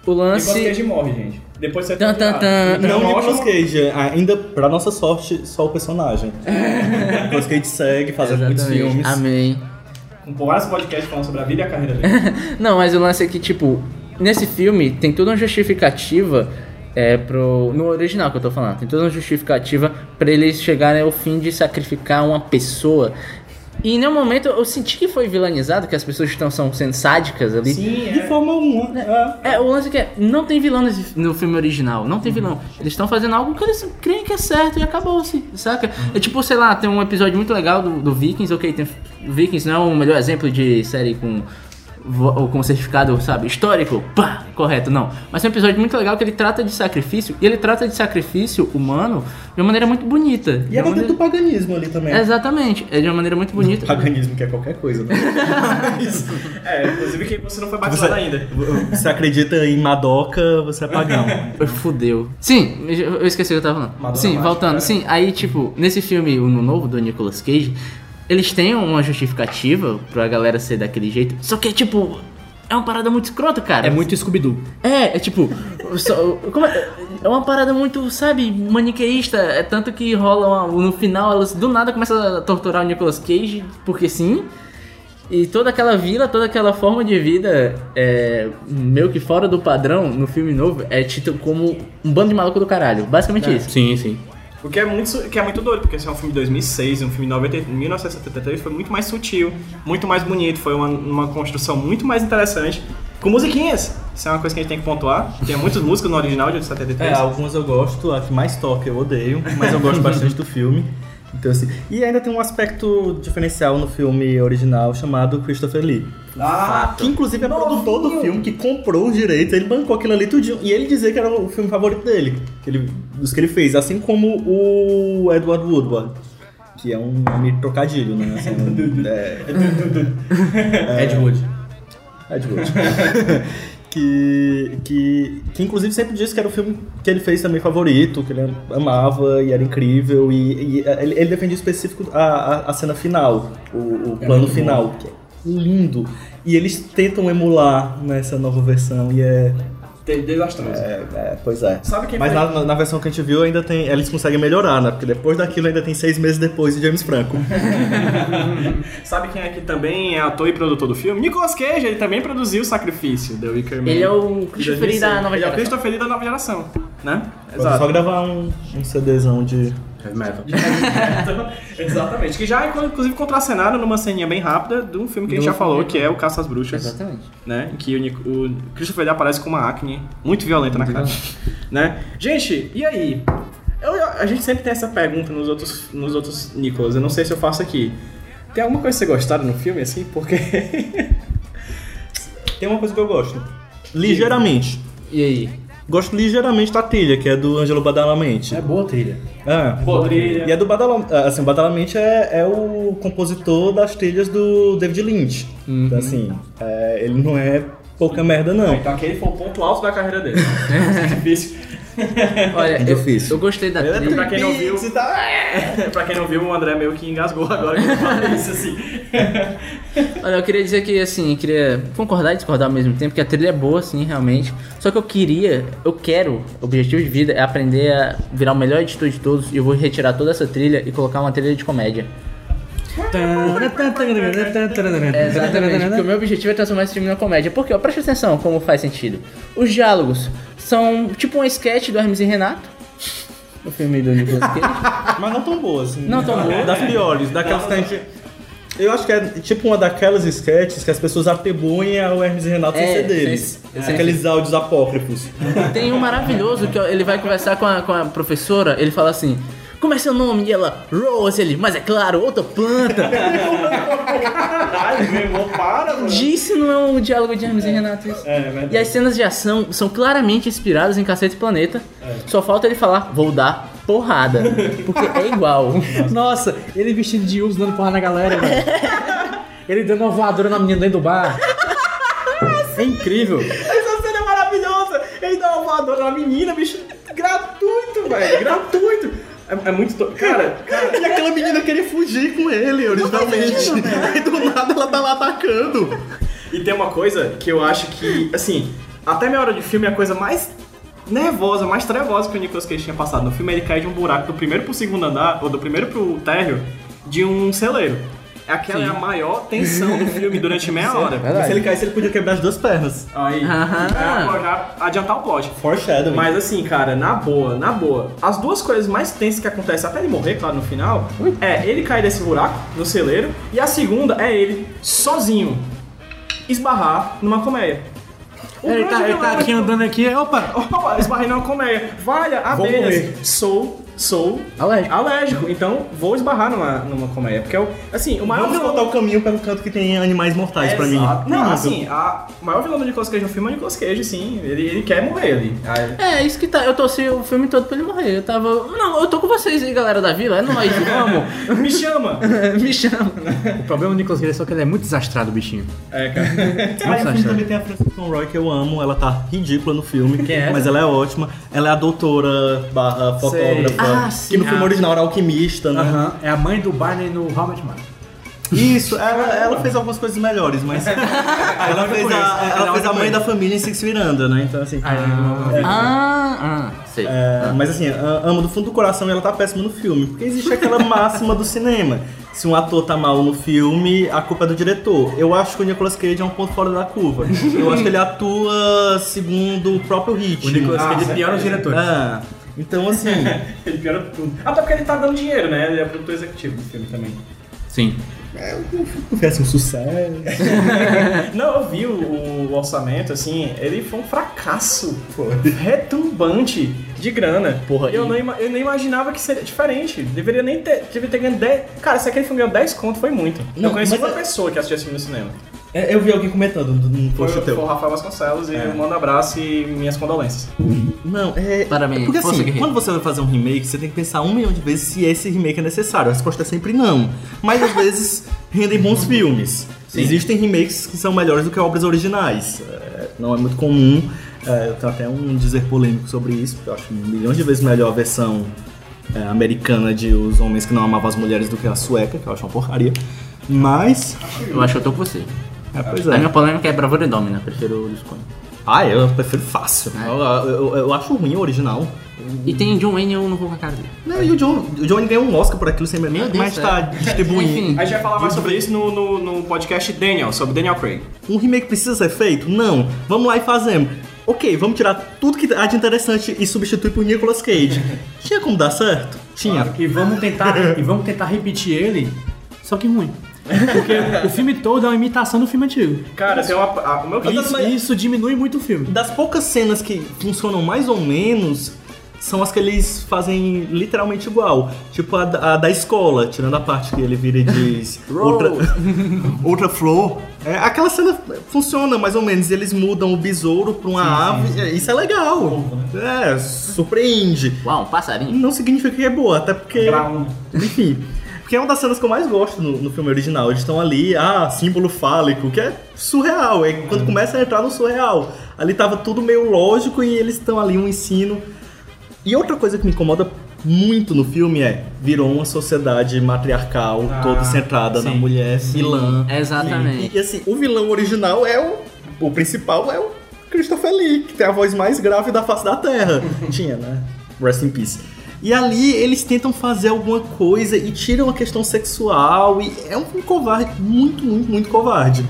Speaker 6: O
Speaker 4: Nicolas
Speaker 6: lance.
Speaker 4: Cage morre, gente. Depois você
Speaker 6: Tan, tan, tan.
Speaker 4: Então,
Speaker 7: Não
Speaker 4: é uma
Speaker 7: Nicolas
Speaker 4: ótima-
Speaker 7: Cage, ainda pra nossa sorte, só
Speaker 4: <laughs>
Speaker 7: o personagem. Nicolas Cage segue fazendo muitos filmes.
Speaker 6: Amém.
Speaker 4: Com vários podcasts falando sobre a vida e a carreira dele.
Speaker 6: Não, mas o lance é que, tipo, nesse filme tem toda uma justificativa é, pro. No original que eu tô falando, tem toda uma justificativa pra eles chegarem ao fim de sacrificar uma pessoa. E em nenhum momento eu senti que foi vilanizado, que as pessoas estão são sendo sádicas ali.
Speaker 7: De forma alguma. é.
Speaker 6: É, o lance é que é, não tem vilão nesse- no filme original, não tem vilão. Eles estão fazendo algo que eles creem que é certo e acabou-se, saca? É tipo, sei lá, tem um episódio muito legal do, do Vikings, ok, tem, Vikings não é o melhor exemplo de série com, vo- ou com certificado, sabe, histórico, pá, correto, não. Mas é um episódio muito legal que ele trata de sacrifício, e ele trata de sacrifício humano de uma maneira muito bonita. de
Speaker 7: E
Speaker 6: uma
Speaker 7: era dentro
Speaker 6: maneira...
Speaker 7: do paganismo ali também.
Speaker 6: Exatamente, é de uma maneira muito bonita.
Speaker 7: Paganismo que é qualquer coisa, né?
Speaker 4: é, inclusive que você não foi batizado ainda.
Speaker 7: Você acredita em Madoka, você é pagão.
Speaker 6: Fudeu. Sim, eu esqueci o que eu tava falando.
Speaker 4: Madonna
Speaker 6: sim,
Speaker 4: Mágica,
Speaker 6: voltando.
Speaker 5: é.
Speaker 4: cara.
Speaker 6: Sim, aí, tipo, nesse filme, o novo do Nicolas Cage, eles têm uma justificativa pra galera ser daquele jeito. Só que é tipo. É uma parada muito escrota, cara.
Speaker 5: É muito Scooby-Doo.
Speaker 6: É, é tipo. só- como é, é uma parada muito, sabe, maniqueísta. É tanto que rola uma- no final, elas do nada começam a torturar o Nicolas Cage, porque sim. E toda aquela vila, toda aquela forma de vida, é, meio que fora do padrão no filme novo, é tido como um bando de maluco do caralho.
Speaker 4: É,
Speaker 6: Basicamente isso.
Speaker 5: Sim, sim.
Speaker 4: O que é muito, su- que é muito doido, porque esse é um filme de 2006, um filme de 90, 1973, foi muito mais sutil, muito mais bonito, foi uma, uma construção muito mais interessante, com musiquinhas. Isso é uma coisa que a gente tem que pontuar. Tem muitas músicas no original de 73.
Speaker 7: É, algumas eu gosto, a que mais toca eu odeio, mas eu gosto bastante do filme. Então, assim, e ainda tem um aspecto diferencial no filme original chamado Christopher Lee. Ah, que inclusive é produtor do filme que comprou os direitos, ele bancou aquilo ali tudinho. E ele dizia que era o filme favorito dele, que ele- dos que ele fez, assim como o Edward Woodward. Que é um meio trocadilho, né? Assim, um- é,
Speaker 4: É.
Speaker 5: Ed Wood.
Speaker 7: Edward. <laughs> que, que, que inclusive sempre disse que era o filme que ele fez também favorito, que ele amava e era incrível. E, e ele, ele defendia em específico a, a, a cena final, o, o plano final, que é lindo. E eles tentam emular nessa nova versão e é.
Speaker 8: Desastroso.
Speaker 7: é, pois é.
Speaker 4: Sabe quem
Speaker 7: Mas
Speaker 4: foi?
Speaker 7: na, na- na versão que a gente viu ainda tem. Eles conseguem melhorar, né? Porque depois daquilo ainda tem seis meses depois de
Speaker 4: <laughs>
Speaker 7: James Franco.
Speaker 4: Sabe quem é que também é ator e produtor do filme? Nicolas Cage, ele também produziu o Sacrifício, The Wicker Man.
Speaker 6: Ele é o Christopher Lee da
Speaker 4: Ele é
Speaker 6: nova
Speaker 4: o
Speaker 6: geração.
Speaker 4: Christopher Lee da nova geração, né?
Speaker 7: Pode só gravar um, um CDzão de.
Speaker 4: <laughs> Então, Exatamente. Que já, inclusive, contracenaram numa ceninha bem rápida de um filme que a gente já falou, que é o Caça às Bruxas.
Speaker 6: Exatamente.
Speaker 4: né? Em que o, Nic- o Christopher Lee aparece com uma acne muito violenta na cara. Né? Gente, e aí? Eu- eu- a gente sempre tem essa pergunta nos outros, nos outros Nicolas, eu não sei se eu faço aqui. Tem alguma coisa que vocês gostaram no filme, assim? Porque. <laughs>
Speaker 7: Tem uma coisa que eu gosto. Ligeiramente.
Speaker 6: E aí?
Speaker 7: Gosto ligeiramente da trilha, que é do Ângelo Badalamente.
Speaker 5: É boa a trilha.
Speaker 7: Ah. E
Speaker 4: Podrilha.
Speaker 7: é do Badalamente. Assim, o Badalamente é, é o compositor das trilhas do David Lynch.
Speaker 6: Uhum.
Speaker 7: Então, assim, é, ele não é pouca merda, não.
Speaker 4: Então aquele foi o ponto alto da carreira <laughs> dele. É Difícil.
Speaker 6: Olha, eu,
Speaker 7: Difícil.
Speaker 6: eu gostei da
Speaker 4: É Ele é
Speaker 6: trilha.
Speaker 4: pra quem não viu. <laughs> pra quem não viu, o André meio que engasgou agora que eu falei isso, assim.
Speaker 6: Olha, eu queria dizer que, assim, eu queria concordar e discordar ao mesmo tempo, que a trilha é boa, assim, realmente. Só que eu queria, eu quero, o objetivo de vida é aprender a virar o melhor editor de todos e eu vou retirar toda essa trilha e colocar uma trilha de comédia. É, Exatamente, porque o meu objetivo é transformar esse filme numa comédia. Porque, ó, presta atenção como faz sentido. Os diálogos são tipo um sketch do Hermes e Renato. O filme do Nicolas Cage.
Speaker 7: Mas não tão boa, assim.
Speaker 6: Não tão boa.
Speaker 7: Das piores, daquelas que a gente. Eu acho que é tipo uma daquelas sketches que as pessoas atribuem ao Hermes e Renato sem
Speaker 6: É,
Speaker 7: ser deles.
Speaker 6: sem- sem-
Speaker 7: Aqueles áudios apócrifos.
Speaker 6: Tem um maravilhoso que ó, ele vai conversar com a, com a professora, ele fala assim. Como é seu nome? E ela, Rose, ele, mas é claro, outra planta.
Speaker 4: Ai, meu irmão, para, mano.
Speaker 6: <laughs> Disse não é um diálogo de Hermes e Renato isso.
Speaker 4: É, verdade.
Speaker 6: E as cenas de ação são claramente inspiradas em Cacete Planeta.
Speaker 4: É.
Speaker 6: Só falta ele falar, vou dar porrada. Porque é igual.
Speaker 5: Nossa, ele vestido de Uves dando porra na galera, velho. Ele dando uma voadora na menina dentro do
Speaker 6: <laughs>
Speaker 5: bar. É incrível.
Speaker 4: <laughs> Essa cena é maravilhosa! Ele dá uma voadora na menina, bicho, gratuito, velho, gratuito! É, é muito. to- Cara, cara,
Speaker 7: E aquela menina queria fugir com ele, originalmente.
Speaker 6: né?
Speaker 7: E do nada ela tá lá atacando.
Speaker 4: e tem uma coisa que eu acho que, assim, até meia hora de filme é a coisa mais nervosa, mais trevosa que o Nicolas Cage tinha passado. No filme ele cai de um buraco do primeiro pro segundo andar, ou do primeiro pro térreo, de um celeiro. Aquela é a maior tensão do filme durante meia hora.
Speaker 7: Se ele caísse, ele podia quebrar as duas pernas.
Speaker 4: Aí,
Speaker 6: Aham.
Speaker 4: é, já adiantar o plot.
Speaker 7: Foreshadowing.
Speaker 4: Mas assim, cara, na boa, na boa, as duas coisas mais tensas que acontecem até ele morrer, claro, no final, é ele cair desse buraco, no celeiro, e a segunda é ele, sozinho, esbarrar numa colmeia. O
Speaker 5: Ele
Speaker 4: grande
Speaker 5: tá, ele tá
Speaker 4: dilema-
Speaker 5: aqui andando aqui, opa.
Speaker 4: <laughs> Opa, esbarrei numa colmeia. Valha,
Speaker 5: morrer.
Speaker 4: abelhas. Sou, sou
Speaker 6: Alérgico.
Speaker 4: alérgico. Então, vou esbarrar numa, numa colmeia. Porque, eu, assim, o maior
Speaker 7: Vamos
Speaker 4: vilão-
Speaker 7: cortar o caminho pelo canto que tem animais mortais pra mim.
Speaker 4: Exato. Não, assim, a o maior vilão do Nicolas Cage no filme é o Nicolas Cage, sim. Ele, ele quer morrer ali. Aí-
Speaker 6: É, isso que tá. Eu torci o filme todo pra ele morrer. Eu tava. Não, eu tô com vocês aí, galera da vila.
Speaker 4: <laughs>
Speaker 6: É nóis, vamos.
Speaker 4: Me chama!
Speaker 6: Me chama.
Speaker 5: O problema do Nicolas Cage é só que ele é muito desastrado, bichinho.
Speaker 4: É, cara.
Speaker 7: Aí o
Speaker 5: Nossa,
Speaker 7: filme
Speaker 5: Sasha.
Speaker 7: também tem a Frances Conroy, que eu amo. Ela tá ridícula no filme,
Speaker 6: é essa?
Speaker 7: mas ela é ótima. Ela é a doutora barra fotógrafa.
Speaker 6: Ah, sim.
Speaker 7: Que no filme
Speaker 5: Ah.
Speaker 7: original era alquimista, né?
Speaker 5: Aham. É a mãe do Barney no How Much Money.
Speaker 7: Isso, ela, ela fez algumas coisas melhores, mas... ela fez a, ela fez a mãe da família em Six Miranda, né? Então, assim... é.
Speaker 6: Ah, ah, sei.
Speaker 7: É, mas assim, a- amo do fundo do coração e ela tá péssima no filme. Porque existe <laughs> aquela máxima do cinema. Se um ator tá mal no filme, a culpa é do diretor. Eu acho que o Nicolas Cage é um ponto fora da curva. Eu acho que ele atua segundo o próprio ritmo.
Speaker 5: Cage é pior o diretor.
Speaker 7: Ah, então <laughs> assim,
Speaker 4: Ele piora tudo. Até porque ele tá dando dinheiro, né? Ele é produtor executivo do filme também.
Speaker 6: Sim.
Speaker 7: tivesse um sucesso.
Speaker 4: Não, eu vi o, o orçamento, assim, ele foi um fracasso retumbante de grana.
Speaker 6: Porra,
Speaker 4: eu,
Speaker 6: e-
Speaker 4: não, ima- eu nem imaginava que seria diferente. Deveria nem ter, deveria ter ganho 10. Cara, se aquele filme ganhou 10 conto, foi muito.
Speaker 7: Não,
Speaker 4: eu conheci
Speaker 7: mas
Speaker 4: uma
Speaker 7: é-
Speaker 4: pessoa que assistia esse filme no cinema.
Speaker 7: É, Eu vi alguém comentando num
Speaker 4: Foi,
Speaker 7: post
Speaker 4: foi
Speaker 7: teu.
Speaker 4: o Rafael Vasconcelos e eu mando abraço e minhas condolências.
Speaker 7: Não, é.
Speaker 6: Parabéns,
Speaker 7: Porque
Speaker 6: força,
Speaker 7: assim,
Speaker 6: guerreiro.
Speaker 7: quando você vai fazer um remake, você tem que pensar um milhão de vezes se esse remake é necessário. A resposta é sempre não. Mas às vezes <laughs> rendem bons filmes. Existem remakes que são melhores do que obras originais. É, não é muito comum. É, tem até um dizer polêmico sobre isso, porque eu acho milhões de vezes melhor a versão é, americana de Os Homens que Não Amavam as Mulheres do que a sueca, que eu acho uma porcaria. Mas.
Speaker 6: Eu acho que eu tô com você.
Speaker 7: É, pois
Speaker 6: A
Speaker 7: é.
Speaker 6: minha polêmica é Bravura e Domina, prefiro o Luscone.
Speaker 7: Ah, eu prefiro fácil.
Speaker 6: É.
Speaker 7: Eu, eu- eu acho ruim o original.
Speaker 6: E tem John Wayne, eu não vou com a cara dele.
Speaker 7: Não, e o John, o John ganhou um Oscar por aquilo sem
Speaker 6: Meu
Speaker 7: nem
Speaker 6: Ah, Deus, é.
Speaker 7: mais tá distribuindo.
Speaker 6: Enfim.
Speaker 4: A gente vai falar mais sobre isso no, no, no podcast Daniel, sobre Daniel Craig.
Speaker 7: Um remake precisa ser feito? Não. Vamos lá e fazemos. Ok, vamos tirar tudo que há de interessante e substituir por Nicolas Cage. Tinha como dar certo? Tinha.
Speaker 5: E vamos tentar, e vamos tentar repetir ele, só que ruim. Porque o filme todo é uma imitação do filme antigo.
Speaker 4: Cara, tem uma. a- o meu é
Speaker 5: E
Speaker 4: querido-
Speaker 5: isso, e isso diminui muito o filme.
Speaker 7: Das poucas cenas que funcionam mais ou menos são as que eles fazem literalmente igual. Tipo a, da- a da escola, tirando a parte que ele vira e
Speaker 6: <laughs>
Speaker 7: diz <laughs> outra, outra flor. É, aquela cena funciona mais ou menos. Eles mudam o besouro pra uma ave. É, Isso é legal. É, surpreende.
Speaker 6: Uau, um passarinho.
Speaker 7: Não significa que é boa, até
Speaker 4: assim,
Speaker 7: porque.
Speaker 4: um.
Speaker 7: Enfim. Porque é uma das cenas que eu mais gosto no, no filme original. Eles estão ali, ah, símbolo fálico, que é surreal. É quando começa a entrar no surreal. Ali tava tudo meio lógico e eles estão ali, um ensino. E outra coisa que me incomoda muito no filme é: virou uma sociedade matriarcal, toda centrada na mulher, vilã.
Speaker 6: Exatamente.
Speaker 7: E, e, assim, o vilão original é o. O principal é o Christopher Lee, que tem a voz mais grave da face da <laughs> Terra. Tinha, né? Rest in peace. E ali eles tentam fazer alguma coisa e tiram a questão sexual. E é um filme covarde, muito, muito, muito covarde.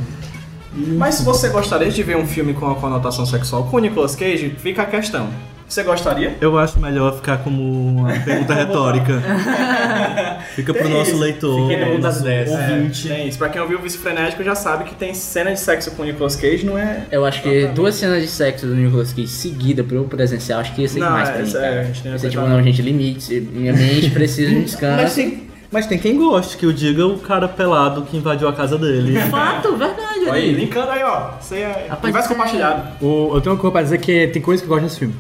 Speaker 4: Mas você gostaria de ver um filme com a conotação sexual com o Nicolas Cage? Fica a questão. Você gostaria?
Speaker 7: Eu acho melhor ficar como uma <laughs> pergunta retórica. Fica pro nosso leitor. né,
Speaker 4: Fiquei no mundo das É,
Speaker 7: dez. Ouvinte.
Speaker 4: Tem isso. Pra quem ouviu o Vice Frenético já sabe que tem cena de sexo com o Nicolas Cage, não é.
Speaker 6: Eu acho que duas cenas de sexo do Nicolas Cage seguida pro presencial, acho que ia ser
Speaker 4: Não,
Speaker 6: demais
Speaker 4: é,
Speaker 6: pra mim.
Speaker 4: é,
Speaker 6: cara.
Speaker 4: a gente tem
Speaker 6: Ia
Speaker 4: que
Speaker 6: ser tipo,
Speaker 4: aceitar.
Speaker 6: não, gente, limites. Minha mente precisa de um
Speaker 7: Mas
Speaker 6: descanso.
Speaker 7: tem, mas tem quem goste que o diga o cara pelado que invadiu a casa <laughs> dele.
Speaker 6: Fato, verdade.
Speaker 4: Olha
Speaker 6: olha
Speaker 4: aí,
Speaker 6: aí.
Speaker 4: linkando aí, ó. Você é. Então,
Speaker 6: Rapaz,
Speaker 4: Universo
Speaker 6: é-
Speaker 4: compartilhado.
Speaker 5: O- eu tenho uma coisa pra dizer que tem coisa que eu gosto nesse filme.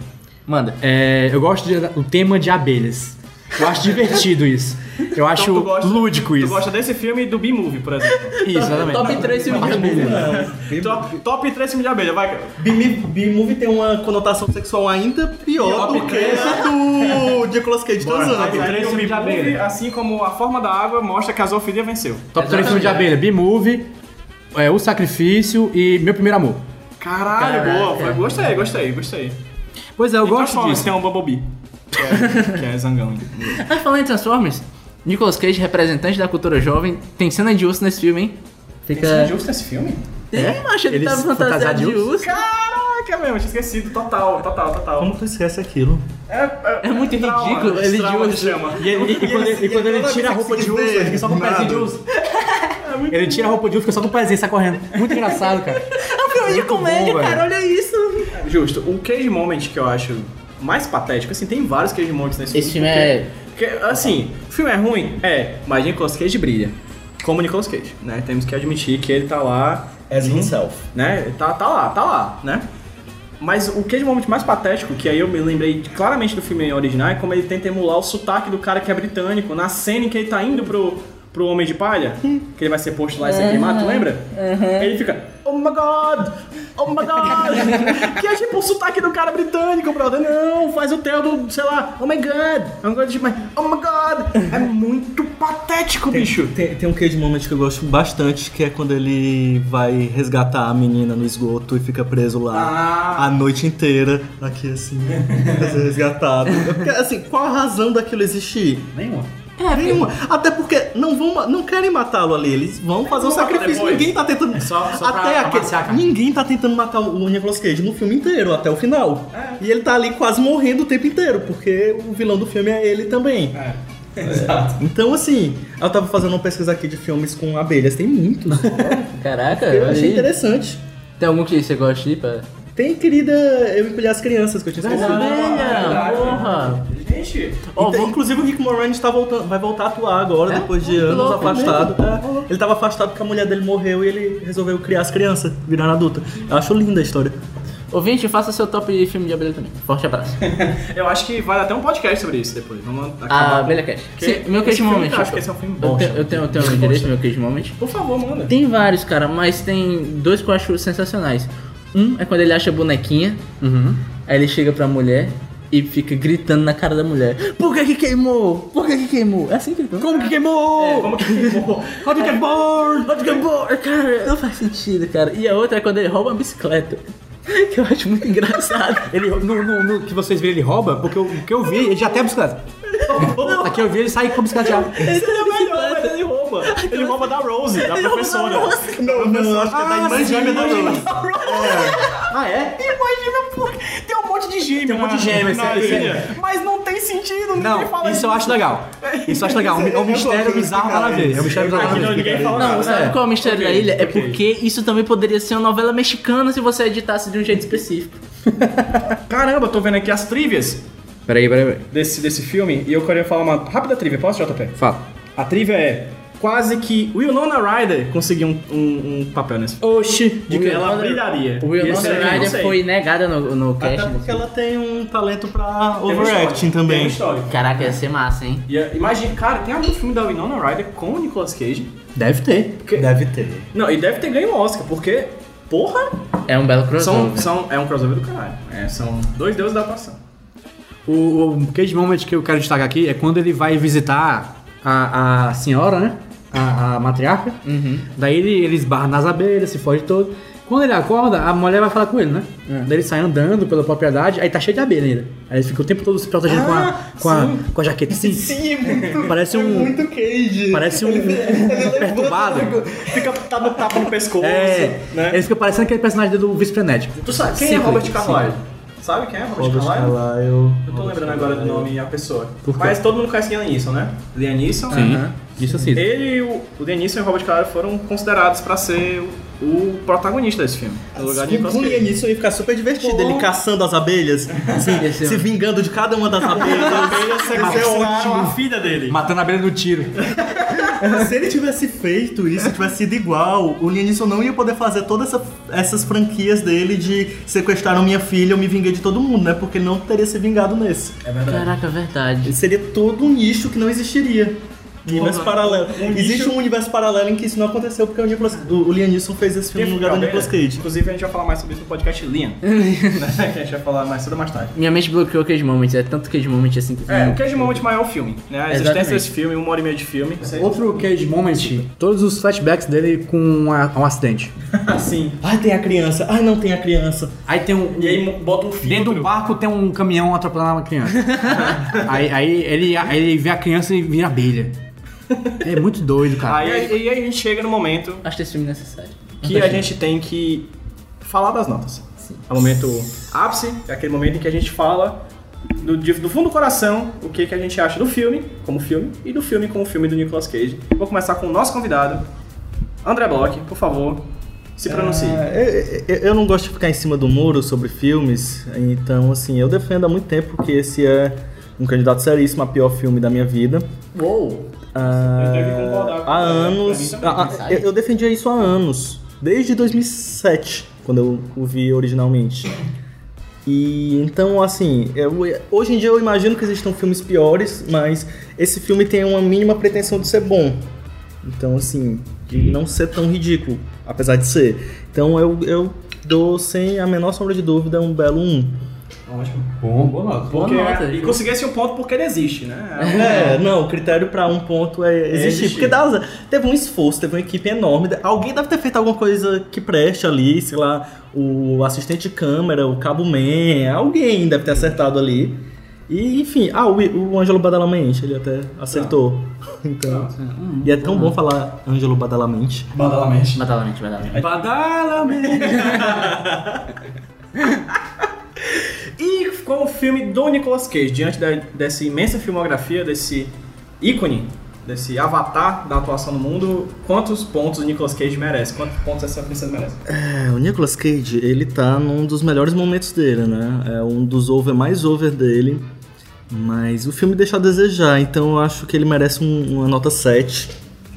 Speaker 6: Manda.
Speaker 5: É, eu gosto de- do tema de abelhas. Eu acho divertido isso. Eu acho
Speaker 4: Então tu gosta-
Speaker 5: lúdico
Speaker 4: Tu
Speaker 5: isso.
Speaker 4: gosta desse filme e do B-Movie, por <laughs> exemplo.
Speaker 5: Isso, exatamente.
Speaker 6: Top 3 filme de abelha.
Speaker 4: top, top 3 filme de abelha, vai, cara.
Speaker 7: B-Movie tem uma conotação sexual ainda pior
Speaker 4: Top
Speaker 7: do que
Speaker 4: três.
Speaker 7: essa do Nicolas Cage
Speaker 4: Top
Speaker 7: transando.
Speaker 4: 3 filme de abelha. Assim como A Forma da Água mostra que a zoofilia venceu.
Speaker 5: Top 3 filme de abelha. B-Movie, é, O Sacrifício e Meu Primeiro Amor.
Speaker 4: Caralho,
Speaker 6: Caraca.
Speaker 4: boa. Foi- Gostei, gostei, gostei.
Speaker 5: Pois é, eu
Speaker 4: E
Speaker 5: gosto
Speaker 4: Transformers
Speaker 5: disso.
Speaker 4: Tem um Bumblebee. Que é, que é zangão.
Speaker 6: Mas Ah, falando em Transformers, Nicolas Cage, representante da cultura jovem, tem cena de urso nesse filme, hein?
Speaker 4: Isso é
Speaker 6: Fica.
Speaker 4: justo nesse filme?
Speaker 6: Tem,
Speaker 4: É?
Speaker 6: eu acho que ele
Speaker 7: Eles
Speaker 6: tava fantasiado de urso.
Speaker 4: Caraca, mesmo, tinha esquecido. Total, total, total.
Speaker 7: Como tu esquece aquilo?
Speaker 4: É, é,
Speaker 6: É muito ridículo, ele de
Speaker 4: trauma
Speaker 6: urso.
Speaker 4: chama.
Speaker 5: E, ele- e quando, ele- e quando
Speaker 7: é
Speaker 5: ele tira a roupa de urso, ele fica só com o pezinho de urso.
Speaker 8: É
Speaker 5: Ele tira a roupa de urso, fica só com o pezinho, sai correndo. Muito engraçado, cara.
Speaker 6: É um filme de comédia,
Speaker 5: bom,
Speaker 6: cara,
Speaker 5: velho.
Speaker 6: olha isso.
Speaker 4: Justo. O Cage Moment que eu acho mais patético, assim, tem vários Cage Moments nesse
Speaker 6: Esse
Speaker 4: filme.
Speaker 6: filme é-
Speaker 4: porque- porque, assim, o filme é ruim? É, mas Nicolas Cage brilha. Como Nicolas Cage, né? Temos que admitir que ele tá lá.
Speaker 7: As himself.
Speaker 4: né? Tá, tá lá, tá lá, né? Mas o que é de momento mais patético, que aí eu me lembrei claramente do filme original, é como ele tenta emular o sotaque do cara que é britânico na cena em que ele tá indo pro, pro Homem de Palha, que ele vai ser posto lá e ser queimado, tu lembra? Ele fica, oh my god, oh my god, <laughs> que é tipo o sotaque do cara britânico, brother. Não, faz o teu do, sei lá, oh my god, oh my god, demais. oh my god. É muito patético, bicho.
Speaker 7: Tem, tem um cage moment que eu gosto bastante, que é quando ele vai resgatar a menina no esgoto e fica preso lá
Speaker 4: Ah.
Speaker 7: a noite inteira, aqui assim, <laughs> pra ser resgatado. É Porque, assim, qual a razão daquilo existir?
Speaker 5: Nenhuma.
Speaker 7: Nenhuma. Até porque não vão, ma- não querem matá-lo ali, eles vão fazer o
Speaker 4: vão matar
Speaker 7: sacrifício.
Speaker 4: depois.
Speaker 7: Ninguém tá tentando.
Speaker 5: É só- só pra
Speaker 7: até aquele-
Speaker 5: amaciar a carne.
Speaker 7: ninguém tá tentando matar o Nicolas Cage no filme inteiro, até o final.
Speaker 5: É.
Speaker 7: E ele tá ali quase morrendo o tempo inteiro, porque o vilão do filme é ele também. Então, assim, eu tava fazendo uma pesquisa aqui de filmes com abelhas, tem muitos.
Speaker 6: Caraca,
Speaker 7: eu
Speaker 6: olha
Speaker 7: achei
Speaker 6: É, aí.
Speaker 7: interessante.
Speaker 6: Tem algum que você gosta de ir pra.
Speaker 7: Tem querida Eu Empilhar as Crianças, que eu tinha esquecido.
Speaker 6: Abelha, porra.
Speaker 4: Gente, Gente, <laughs>
Speaker 7: Ó, vou- Inclusive o Rick Moranis tá voltando, vai voltar a atuar agora,
Speaker 6: É?
Speaker 7: depois de
Speaker 6: Que
Speaker 7: anos
Speaker 6: louco, é
Speaker 7: afastado. É, ele tava afastado porque a mulher dele morreu e ele resolveu criar as crianças, virar adulta. Eu acho linda a história.
Speaker 6: Ouvinte, faça seu top de filme de abelha também.
Speaker 4: <laughs>
Speaker 6: Forte abraço.
Speaker 4: eu acho que vale até um podcast sobre isso depois. Vamos
Speaker 6: Ah,
Speaker 4: acabar.
Speaker 6: Abelha Cash.
Speaker 4: Porque
Speaker 6: Sim, meu
Speaker 4: esse
Speaker 6: Cage
Speaker 4: filme,
Speaker 6: Moment.
Speaker 4: eu acho que esse é um filme
Speaker 6: Eu
Speaker 4: bosta.
Speaker 6: tenho, eu tenho, eu tenho meu
Speaker 4: é
Speaker 6: direito, meu Cage Moment.
Speaker 4: Por favor, manda.
Speaker 6: Tem vários, cara, mas tem dois que eu acho sensacionais. Um é quando ele acha a bonequinha,
Speaker 4: Uhum.
Speaker 6: aí ele chega pra mulher e fica gritando na cara da mulher: Por que que queimou? Por que que queimou? É assim que ele canta.
Speaker 5: Como que
Speaker 7: É,
Speaker 5: queimou?
Speaker 4: Como que ficou?
Speaker 5: Como que queimou?
Speaker 6: What the boy? Cara, não faz sentido, cara. E a outra é quando ele rouba a bicicleta. <laughs> Que eu acho muito engraçado.
Speaker 5: Ele, no, no- no que vocês viram, ele rouba, porque o que eu vi, ele já tem a bicicleta. Aqui eu vi, ele sai com a bicicleta já.
Speaker 4: Esse é melhor, mas ele rouba. Ele rouba da Rose, da
Speaker 8: um
Speaker 4: professora.
Speaker 7: Não, não, acho que é da irmã gêmea da Rose.
Speaker 5: Ah, é?
Speaker 8: Imagina, porque tem um monte de gêmeo.
Speaker 5: Tem um monte de gêmeos.
Speaker 4: Não,
Speaker 5: isso é-
Speaker 4: é.
Speaker 8: Mas não tem sentido, ninguém
Speaker 5: Não,
Speaker 8: fala
Speaker 5: isso eu acho legal. Isso eu acho
Speaker 8: <laughs>
Speaker 5: legal. É um mistério bizarro nada a ver. É um mistério bizarro
Speaker 4: Aqui
Speaker 5: nada
Speaker 4: não,
Speaker 5: a ver.
Speaker 4: ninguém fala
Speaker 6: Não,
Speaker 4: nada.
Speaker 6: sabe
Speaker 5: é.
Speaker 6: qual é o mistério da ilha? É
Speaker 4: ok.
Speaker 6: porque isso também poderia ser uma novela mexicana se você editasse de um jeito específico.
Speaker 4: Caramba, tô vendo aqui as trivias
Speaker 6: Peraí, peraí, peraí.
Speaker 4: desse, desse filme e eu queria falar uma rápida trivia. Posso, JP?
Speaker 6: Fala.
Speaker 4: A trivia é quase que Winona Ryder conseguiu um, um- um papel nesse filme.
Speaker 6: Oxi,
Speaker 4: De que ela brilharia.
Speaker 6: é O Will
Speaker 4: E esse aí eu não
Speaker 6: Rider
Speaker 4: sei.
Speaker 6: foi negada no, no cast. assim.
Speaker 7: Até porque ela tem um talento pra
Speaker 4: Tem um uma
Speaker 7: overacting
Speaker 4: história, Tem
Speaker 7: também.
Speaker 4: uma história.
Speaker 6: Caraca, ia ser massa, hein?
Speaker 4: E, eh, imagina, cara, tem algum filme da Winona Ryder com o Nicolas Cage?
Speaker 5: Deve ter.
Speaker 4: Porque-
Speaker 7: Deve ter.
Speaker 4: Não, e deve ter ganho um Oscar, porque, porra,
Speaker 6: É um belo crossover.
Speaker 4: são, são, é um crossover do caralho. É, são dois deuses da atuação.
Speaker 5: O, o case moment que eu quero destacar aqui é quando ele vai visitar a, a senhora, né? A, a matriarca.
Speaker 8: Uhum.
Speaker 5: Daí ele, ele esbarra nas abelhas, se foge todo. Quando ele acorda, a mulher vai falar com ele, né?
Speaker 8: É.
Speaker 5: Daí ele sai andando pela propriedade, aí tá cheio de abelha ainda. Aí ele fica o tempo todo se protegendo com, a, com, a, com a jaqueta assim.
Speaker 8: Ah, Sim, é muito,
Speaker 5: Parece
Speaker 8: é
Speaker 5: um-
Speaker 8: muito cage.
Speaker 5: Parece um, um perturbado.
Speaker 4: Fica tapa, tapa no pescoço,
Speaker 5: É,
Speaker 4: né?
Speaker 5: ele fica parecendo aquele personagem do Vice Frenético.
Speaker 4: Tu sabe quem
Speaker 5: Simples,
Speaker 4: é Robert Carlyle? Sabe quem é Robert,
Speaker 7: Robert
Speaker 4: Carlyle?
Speaker 7: Carlyle.
Speaker 4: Eu tô lembrando agora do nome e a pessoa.
Speaker 5: Por quê?
Speaker 4: Mas todo mundo conhece Lianisson, né? Lianisson.
Speaker 5: Sim, isso sim.
Speaker 4: Ele e o, o Denison e o Robert Carlyle foram considerados pra ser o, o protagonista desse filme. No lugar de Nicolas
Speaker 7: Com
Speaker 4: Cage.
Speaker 7: nisso ia ficar super divertido. Ele caçando as
Speaker 5: <laughs>
Speaker 7: abelhas, assim, se vingando de cada uma das abelhas.
Speaker 4: Assassinaram a filha dele.
Speaker 5: Matando a abelha no tiro.
Speaker 7: <laughs> Se ele tivesse feito isso, tivesse sido igual, o Lianisson não ia poder fazer todas essa- essas franquias dele de sequestraram minha filha, eu me vinguei de todo mundo, né? Porque ele não teria se vingado nesse.
Speaker 6: Caraca, É verdade.
Speaker 7: Ele seria todo um nicho que não existiria. Um
Speaker 4: Tipo,
Speaker 7: universo paralelo. Existe um universo paralelo em que isso não aconteceu porque o, Nicolas, o, o Lianisson fez esse
Speaker 4: um
Speaker 7: filme no lugar do Nicolas Cage.
Speaker 4: é, Inclusive, a gente vai falar mais sobre isso no podcast Liam. né? Que a gente vai falar mais sobre mais tarde.
Speaker 6: Minha mente bloqueou o Cage Moment, é tanto Cage Moment assim que
Speaker 4: É, o Cage Moment maior é o filme, né? A existência
Speaker 6: Exatamente.
Speaker 4: desse filme, uma hora e meia de filme. Você-
Speaker 5: é Outro case moment, todos os flashbacks dele com a- um acidente.
Speaker 4: Assim.
Speaker 7: Ai, Ah, tem a criança. Ai, não tem a criança.
Speaker 5: Aí tem um.
Speaker 4: E aí mo- bota um filtro.
Speaker 5: dentro do barco tem um caminhão atropelando uma <laughs> criança. aí aí ele, aí ele vê a criança e vira abelha. É muito doido, cara.
Speaker 4: Aí, aí, aí a gente chega no momento
Speaker 6: Acho esse filme necessário.
Speaker 4: que a gente tem que falar das notas. É o momento ápice, é aquele momento em que a gente fala do, de- do fundo do coração o que, que a gente acha do filme, como filme, e do filme como filme do Nicolas Cage. Vou começar com o nosso convidado, André Bloch, por favor, se pronuncie.
Speaker 7: Ah, eu, eu- eu não gosto de ficar em cima do muro sobre filmes, então, assim, eu defendo há muito tempo que esse é um candidato seríssimo a pior filme da minha vida.
Speaker 6: Uou!
Speaker 7: Ah,
Speaker 4: Eu tenho que concordar com né?
Speaker 7: há
Speaker 4: você,
Speaker 7: anos.
Speaker 4: pra mim
Speaker 7: ah, ah, eu, eu defendia isso há anos. Desde 2007, quando eu o vi originalmente. E então, assim, eu- hoje em dia eu imagino que existam filmes piores, mas esse filme tem uma mínima pretensão de ser bom. Então, assim, de não ser tão ridículo, apesar de ser. Então eu, eu dou, sem a menor sombra de dúvida, um belo 1.
Speaker 5: Tá Bom, boa nota.
Speaker 6: Boa
Speaker 4: Porque-
Speaker 6: nota.
Speaker 4: e conseguir esse um ponto porque ele existe,
Speaker 6: um
Speaker 4: né?
Speaker 7: É, não, o critério pra um ponto é existir.
Speaker 4: existir.
Speaker 7: Porque dá, teve um esforço, teve uma equipe enorme. Alguém deve ter feito alguma coisa que preste ali, sei lá, o assistente de câmera, o cabo man, alguém deve ter acertado ali. E, enfim, ah, o, o Ângelo Badalamente, ele até acertou. Então, e é tão bom falar Ângelo Badalamente.
Speaker 4: Badalamente.
Speaker 6: Badalamente,
Speaker 4: <laughs>
Speaker 6: badalamente.
Speaker 4: E com o filme do Nicolas Cage, diante da- dessa imensa filmografia, desse ícone, desse avatar da atuação no mundo, quantos pontos o Nicolas Cage merece? Quantos pontos essa princesa merece?
Speaker 7: É, o Nicolas Cage, ele tá num dos melhores momentos dele, né? É um dos over mais over dele. Mas o filme deixa a desejar, então eu acho que ele merece um- uma nota 7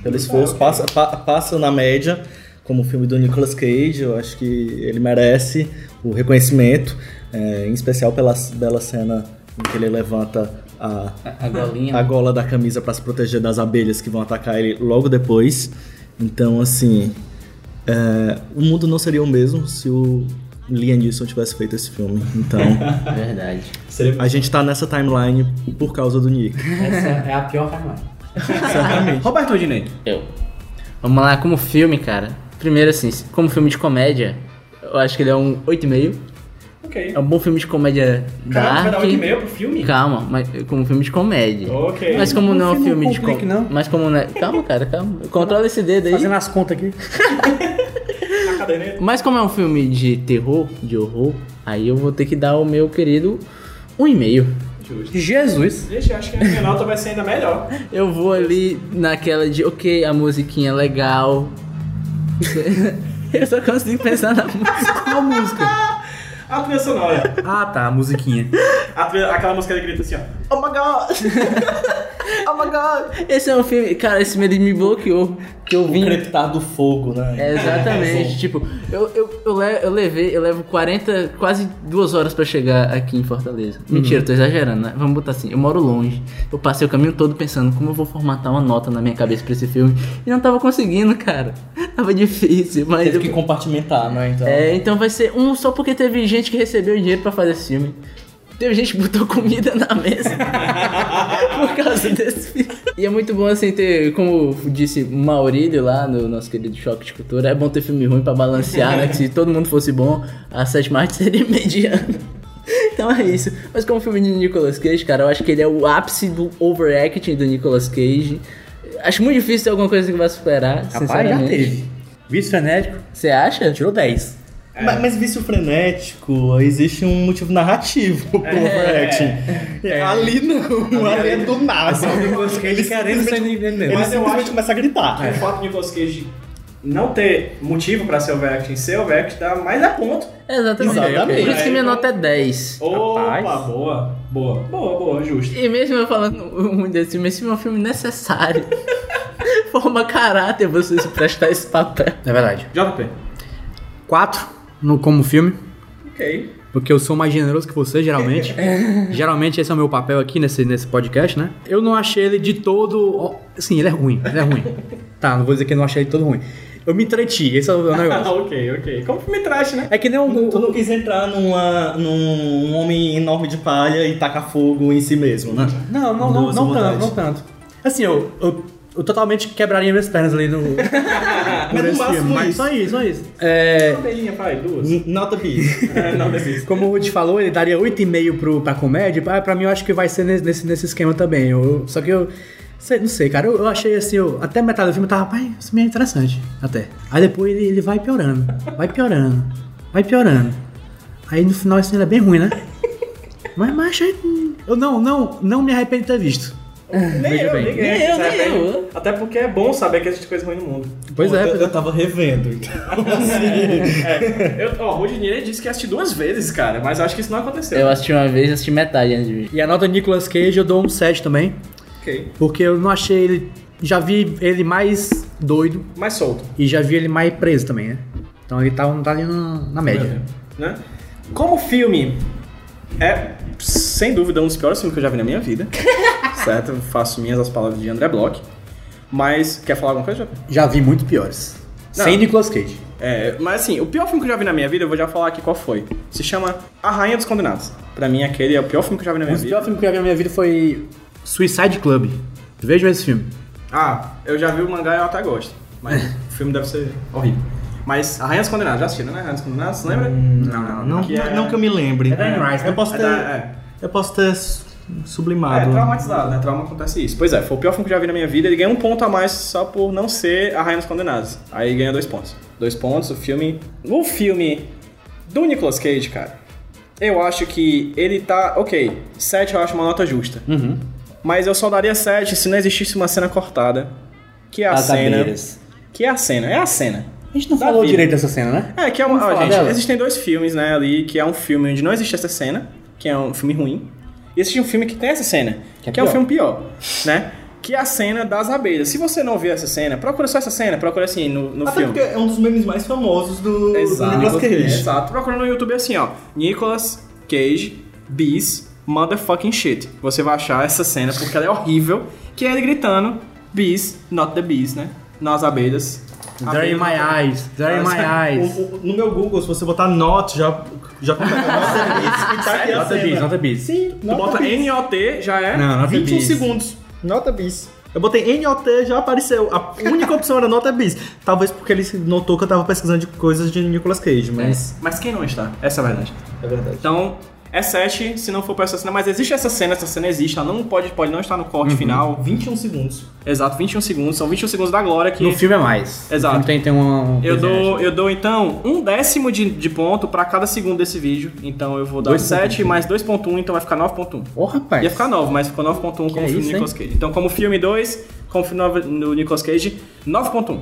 Speaker 7: pelo esforço. Passa, pa- passa na média, como o filme do Nicolas Cage, eu acho que ele merece o reconhecimento, é, em especial pela c- bela cena em que ele levanta a,
Speaker 6: A, a golinha.
Speaker 7: a gola da camisa pra se proteger das abelhas que vão atacar ele logo depois. Então, assim, é, o mundo não seria o mesmo se o Liam Neeson tivesse feito esse filme. Então,
Speaker 6: Verdade.
Speaker 7: a gente tá nessa timeline por causa do Nick.
Speaker 5: Essa é a pior farmácia. Roberto Odinei.
Speaker 6: Eu. Vamos lá, como filme, cara. Primeiro, assim, como filme de comédia, eu acho que ele é um 8,5.
Speaker 4: Ok.
Speaker 6: É um bom filme de comédia
Speaker 4: Cara, é um vai dar
Speaker 6: dark.
Speaker 4: 8,5 pro filme?
Speaker 6: Calma, mas como filme de comédia.
Speaker 4: Ok.
Speaker 6: Mas como
Speaker 5: Um
Speaker 6: não é um
Speaker 5: filme
Speaker 6: filme de
Speaker 5: complica,
Speaker 6: comédia.
Speaker 5: não.
Speaker 6: Mas como não é. Calma, cara, calma. Controla esse dedo aí.
Speaker 5: Fazendo as contas aqui.
Speaker 4: Na caderneta.
Speaker 6: Mas como é um filme de terror, de horror, aí eu vou ter que dar o meu querido 1,5.
Speaker 5: Jesus.
Speaker 4: Gente, acho que a minha nota vai ser ainda melhor.
Speaker 6: Eu vou ali naquela de, ok, a musiquinha é legal. <laughs> Eu só consigo pensar na música.
Speaker 5: Qual música?
Speaker 4: A trilha sonora.
Speaker 5: Ah, tá, a musiquinha.
Speaker 4: A trilha- aquela música que grita assim, ó.
Speaker 7: Oh my god! <laughs> oh my god!
Speaker 6: Esse é um filme, cara, esse filme ele me bloqueou. Que eu vim.
Speaker 7: Creptar do fogo, né?
Speaker 6: É, exatamente. tipo, eu, eu, eu, le- eu levei, eu levo 40, quase duas horas pra chegar aqui em Fortaleza.
Speaker 7: Uhum.
Speaker 6: Mentira, tô exagerando, né? Vamos botar assim, eu moro longe. Eu passei o caminho todo pensando como eu vou formatar uma nota na minha cabeça pra esse filme. E não tava conseguindo, cara. <laughs> Tava difícil, mas.
Speaker 7: Teve
Speaker 6: eu-
Speaker 7: que compartimentar, né? Então.
Speaker 6: É, então vai ser um só porque teve gente que recebeu dinheiro pra fazer esse filme. Teve gente que botou <laughs> comida na mesa <laughs> por causa desse filme. E é muito bom, assim, ter, como disse Maurílio lá no nosso querido Choque de Cultura, é bom ter filme ruim pra balancear, né? Que se todo mundo fosse bom, a Sete Marte <laughs> seria mediana. Então é isso. Mas como filme de Nicolas Cage, cara, eu acho que ele é o ápice do overacting do Nicolas Cage. Acho muito difícil ter alguma coisa que vai superar,
Speaker 5: Rapaz,
Speaker 6: sinceramente.
Speaker 5: já teve. Vício frenético,
Speaker 6: Você acha?
Speaker 5: tirou 10.
Speaker 7: É. Mas, mas vício frenético, existe um motivo narrativo pro overacting. Ali não, ali é do nada. Ele
Speaker 5: querendo sair
Speaker 7: simplesmente-
Speaker 5: dele mesmo.
Speaker 7: Ele
Speaker 4: Mas eu
Speaker 7: simplesmente
Speaker 4: acho- É.
Speaker 7: começa a gritar.
Speaker 4: O fato de Nicolas Cage não ter motivo pra ser overacting, ser overacting dá mais a ponto.
Speaker 6: Exatamente.
Speaker 7: Exatamente.
Speaker 6: Por isso que minha nota é 10.
Speaker 4: Opa,
Speaker 5: Rapaz.
Speaker 4: boa. Boa, boa, boa, justo.
Speaker 6: E mesmo eu falando ruim desse filme, esse filme é um filme
Speaker 4: <laughs>
Speaker 6: necessário. Forma caráter você se prestar esse papel.
Speaker 5: É verdade.
Speaker 4: JP.
Speaker 5: 4 no como filme,
Speaker 4: Ok.
Speaker 5: porque eu sou mais generoso que você, geralmente. geralmente esse é o meu papel aqui nesse, nesse podcast, né? Eu não achei ele de todo. ó, Sim, ele é ruim, ele é ruim. tá, não vou dizer que eu não achei ele todo ruim. Eu me entreti, esse é o
Speaker 4: Ah,
Speaker 5: negócio.
Speaker 4: ok, ok. Como filme trash, né?
Speaker 5: É que nem o.
Speaker 7: Tu não quis entrar numa, num homem enorme de palha e tacar fogo em si mesmo, né?
Speaker 5: Não, não,
Speaker 7: Não,
Speaker 5: não,
Speaker 7: essa
Speaker 5: não tanto,
Speaker 7: vontade.
Speaker 5: não tanto. Assim, eu, eu, eu totalmente quebraria minhas pernas ali no. por esse
Speaker 7: máximo
Speaker 5: filme, mas
Speaker 7: isso.
Speaker 5: só isso, só isso. É,
Speaker 4: Uma velhinha, pai, duas.
Speaker 7: N- Nota B.
Speaker 4: É, não, desisto.
Speaker 5: <laughs> como o Woody falou, ele daria 8,5 pro, pra comédia. Ah, Pra, pra mim, eu acho que vai ser nesse, nesse, nesse esquema também. Eu, só que eu. sei- não sei, cara. Eu, eu achei assim, eu, até metade do filme eu tava, rapaz, isso é meio interessante. Até. Aí depois ele, ele vai piorando. Vai piorando. Vai piorando. Aí no final assim ele é bem
Speaker 4: <laughs>
Speaker 5: ruim, né? Mas, mas achei. Eu não, não, não me arrependo de ter visto.
Speaker 4: <laughs> Nem
Speaker 5: Veja
Speaker 4: eu,
Speaker 5: bem.
Speaker 4: nem eu,
Speaker 6: Nem eu,
Speaker 4: sabe?
Speaker 6: nem eu.
Speaker 4: Até porque é bom saber que existe coisa ruim no
Speaker 6: <laughs>
Speaker 4: mundo.
Speaker 5: Pois é,
Speaker 7: eu,
Speaker 5: pois é.
Speaker 7: eu tava revendo, então.
Speaker 4: É, eu, ó, o Rudy Nere disse que assistiu duas vezes, cara, mas eu acho que isso não aconteceu.
Speaker 6: Eu assisti uma vez e assisti metade antes de vir.
Speaker 5: E a nota Nicolas Cage eu dou um 7 também,
Speaker 4: Ok.
Speaker 5: porque eu não achei ele. Já vi ele mais doido
Speaker 4: Mais solto,
Speaker 5: e já vi ele mais preso também, né? Então ele tá, tá ali na, na média.
Speaker 4: né? Como filme, é sem dúvida um dos piores filmes que eu já vi na minha
Speaker 7: <laughs>
Speaker 4: vida. certo? Eu Faço minhas as palavras de André Bloch. Mas, quer falar alguma coisa?
Speaker 5: Já vi muito piores.
Speaker 4: é. Não.
Speaker 5: Sem Nicolas Cage.
Speaker 4: É, mas assim, o pior filme que eu já vi na minha vida, eu vou já falar aqui qual foi. Se chama A Rainha dos Condenados. Pra mim, aquele é o pior filme que eu já vi na
Speaker 5: Um
Speaker 4: minha
Speaker 5: dos
Speaker 4: vida.
Speaker 5: piores filmes que eu já vi na minha vida foi Suicide Club. Vejam esse filme.
Speaker 4: Ah, eu já vi o mangá e eu até gosto.
Speaker 7: <laughs>
Speaker 4: Mas o filme deve ser horrível. Mas A Rainha dos Condenados, já assistiram, né? A Rainha dos Condenados, lembra?
Speaker 7: Hum, Não, não, não,
Speaker 4: Que é-
Speaker 7: não que eu me lembre.
Speaker 5: É da Enrise, né?
Speaker 7: eu posso
Speaker 4: É
Speaker 7: ter,
Speaker 4: da- é.
Speaker 7: eu posso ter s-
Speaker 4: É,
Speaker 7: sublimado.
Speaker 4: traumatizado, né? Trauma acontece isso. Pois é, foi o pior filme que eu já vi na minha vida. Ele ganhou um ponto a mais só por não ser A Rainha dos Condenados. Aí ganha dois pontos. Dois pontos, o filme... O filme do Nicolas Cage, cara, eu acho que ele tá... Ok, 7 eu acho uma nota justa. Mas eu só daria 7 se não existisse uma cena cortada. Que é a cena... Que é a cena, é a cena.
Speaker 5: A gente não
Speaker 4: Da
Speaker 5: falou
Speaker 4: vida.
Speaker 5: direito dessa cena, né?
Speaker 4: É, que é uma.
Speaker 5: Vamos
Speaker 4: Ó,
Speaker 5: falar
Speaker 4: gente,
Speaker 5: dela?
Speaker 4: existem dois filmes, né, ali, que é um filme onde não existe essa cena, que é um filme ruim. E existe um filme que tem essa cena, que é, o
Speaker 5: pior.
Speaker 4: filme pior, né? Que é a cena das abelhas. Se você não viu essa cena, procura só essa cena, procura assim no, no
Speaker 7: Até
Speaker 4: filme.
Speaker 7: porque é um dos memes mais famosos do, do
Speaker 4: Exato.
Speaker 7: Nicolas Cage.
Speaker 4: Exato. Procura no YouTube assim, ó. Nicolas Cage Bees Motherfucking Shit. Você vai achar essa cena porque ela é horrível. Que é ele gritando Bees, not the bees, né? Nós abelhas.
Speaker 5: Dirty
Speaker 4: Abelhas.
Speaker 5: my eyes, dirty Tá
Speaker 4: <laughs>
Speaker 5: my eyes.
Speaker 7: O- o- no meu Google, se você botar not, já, já começa. Nossa, e tá aqui a
Speaker 5: Nota
Speaker 7: cena.
Speaker 5: bis, nota bis.
Speaker 7: Sim,
Speaker 4: Tu
Speaker 7: nota
Speaker 4: bota
Speaker 7: bis.
Speaker 4: NOT, já é
Speaker 5: Não, nota
Speaker 4: 21
Speaker 5: bis.
Speaker 4: segundos.
Speaker 7: Nota bis. Ah, Eu botei NOT, já apareceu. A única opção era nota bis. Talvez porque ele notou que eu tava pesquisando de coisas de Nicolas Cage, mas.
Speaker 4: Mas quem não está? Essa é a verdade.
Speaker 7: É, verdade.
Speaker 4: Então, é 7 se não for pra essa cena, mas existe essa cena, essa cena existe, ela não pode, pode não estar no
Speaker 5: Uhum.
Speaker 4: corte final.
Speaker 7: 21 segundos.
Speaker 4: Exato, 21 segundos, são 21 segundos da Glória que
Speaker 5: No filme é mais.
Speaker 4: Exato.
Speaker 5: Não tem, tem um. um
Speaker 4: eu
Speaker 5: coisa
Speaker 4: dou,
Speaker 5: extra.
Speaker 4: eu dou então um décimo de, de ponto pra cada segundo desse vídeo. Então eu vou dar
Speaker 5: um.
Speaker 4: 7 mais 2.1, então vai ficar 9.1.
Speaker 5: Ô, rapaz.
Speaker 4: Ia ficar 9, mas ficou 9.1 como
Speaker 5: é
Speaker 4: filme do
Speaker 5: isso,
Speaker 4: Nicolas Cage. Então, como filme 2, como filme nova- do Nicolas Cage, 9.1.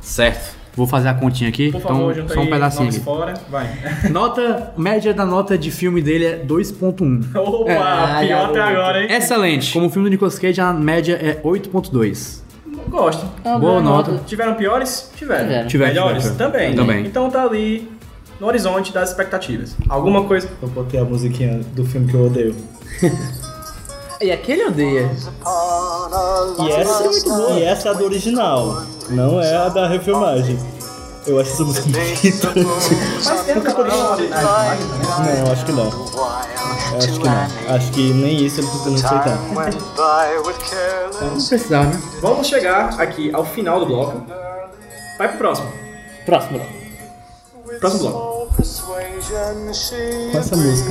Speaker 5: Certo. Vou fazer a continha aqui.
Speaker 4: Por
Speaker 5: então,
Speaker 4: favor, junta
Speaker 5: só um
Speaker 4: aí
Speaker 5: pedacinho
Speaker 4: nomes
Speaker 5: aqui.
Speaker 4: fora. Vai. <laughs>
Speaker 5: Nota, média da nota de filme dele é
Speaker 4: <laughs>
Speaker 5: 2.1.
Speaker 4: Opa,
Speaker 5: É,
Speaker 6: Ah,
Speaker 4: pior até
Speaker 6: garoto.
Speaker 4: agora, hein?
Speaker 5: Excelente. Como o filme do Nicolas Cage, a média é 8.2.
Speaker 4: Gosto.
Speaker 6: É uma
Speaker 5: Boa nota.
Speaker 4: Tiveram piores? Tiveram.
Speaker 6: Tiveram.
Speaker 5: Tiveram,
Speaker 4: Melhores?
Speaker 5: tiveram.
Speaker 4: Também.
Speaker 5: Também.
Speaker 4: Então tá ali no horizonte das expectativas. Alguma coisa.
Speaker 7: Eu botei a musiquinha do filme que eu odeio.
Speaker 6: E aquele odeia.
Speaker 7: E essa é muito boa. E essa é a do original, não é a da refilmagem. Eu acho essa música muito irritante. <laughs> Não, eu acho que não. Eu <laughs> acho que não. Acho que nem isso ele não aceitar.
Speaker 5: Não precisava, né?
Speaker 4: Vamos chegar aqui ao final do bloco. Vai pro próximo.
Speaker 6: Próximo.
Speaker 4: Próximo bloco.
Speaker 7: Com essa música.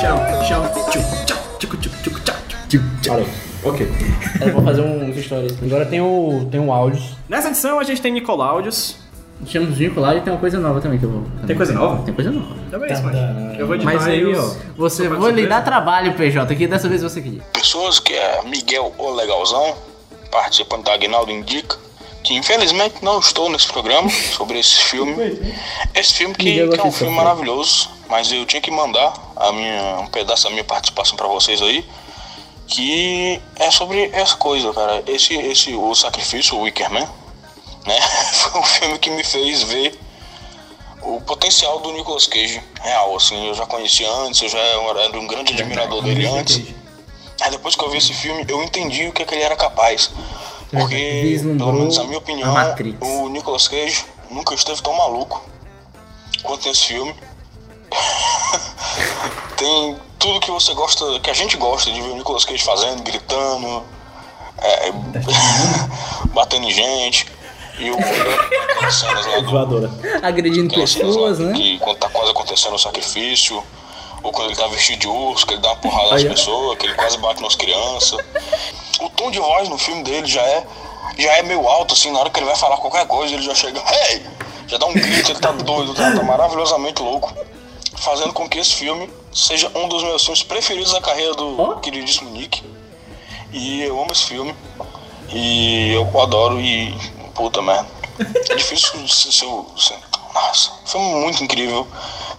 Speaker 4: chão, chão, tchum, tchau, tchucu, tchucu, tchucu, tchau, tchucu, tchau. Ok.
Speaker 6: Eu vou fazer um stories.
Speaker 5: Agora tem o,
Speaker 6: um
Speaker 5: tem o áudio.
Speaker 4: Nessa edição a gente tem Nicoláudios.
Speaker 6: Chamamos de lá e tem uma coisa nova também que eu vou.
Speaker 4: Tem coisa nova?
Speaker 6: Tem coisa nova.
Speaker 4: Também,
Speaker 7: Tá,
Speaker 4: isso, mas. Eu vou editar
Speaker 5: Mas aí,
Speaker 4: os-
Speaker 5: ó,
Speaker 6: Você
Speaker 4: Só pra
Speaker 6: vou lhe
Speaker 4: surpresa.
Speaker 6: dar trabalho, PJ, que dessa vez você queria.
Speaker 9: pessoas, que é Miguel O Legalzão, participante da Aguinaldo Indica, que infelizmente não estou nesse programa sobre esse filme. Esse filme que,
Speaker 6: Miguel
Speaker 9: que é um
Speaker 6: Batista,
Speaker 9: filme
Speaker 6: foi.
Speaker 9: maravilhoso, mas eu tinha que mandar a minha, um pedaço da minha participação para vocês aí, que é sobre essa coisa, cara. Esse, esse o sacrifício, o Wickerman, né? <laughs> Foi um filme que me fez ver o potencial do Nicolas Cage real, assim, eu já conhecia antes, eu já era um grande admirador dele antes. Aí depois que eu vi esse filme, eu entendi o que, é que ele era capaz. Porque,
Speaker 6: Vislumbrou
Speaker 9: pelo menos na minha
Speaker 6: a
Speaker 9: opinião,
Speaker 6: Matrix.
Speaker 9: o Nicolas Cage nunca esteve tão maluco quanto nesse filme. <laughs> Tem tudo que você gosta, que a gente gosta de ver o Nicolas Cage fazendo, gritando, é, <laughs> batendo em gente. E o, aquelas cenas lá do,
Speaker 7: Voadora.
Speaker 6: Agredindo
Speaker 9: Aquelas cenas
Speaker 6: pessoas,
Speaker 9: lá
Speaker 6: né?
Speaker 9: Que quando tá quase acontecendo o sacrifício, ou quando ele tá vestido de urso, que ele dá uma porrada nas pessoas, que ele quase bate nas crianças. O tom de voz no filme dele já é, já é meio alto, assim, na hora que ele vai falar qualquer coisa, ele já chega, hey! Já dá um grito, ele tá doido, tá, tá maravilhosamente louco. Fazendo com que esse filme seja um dos meus filmes preferidos da carreira do queridíssimo Nick. E eu amo esse filme. E eu adoro e. Puta merda. É difícil <laughs> se, se eu. se- nossa, foi muito incrível,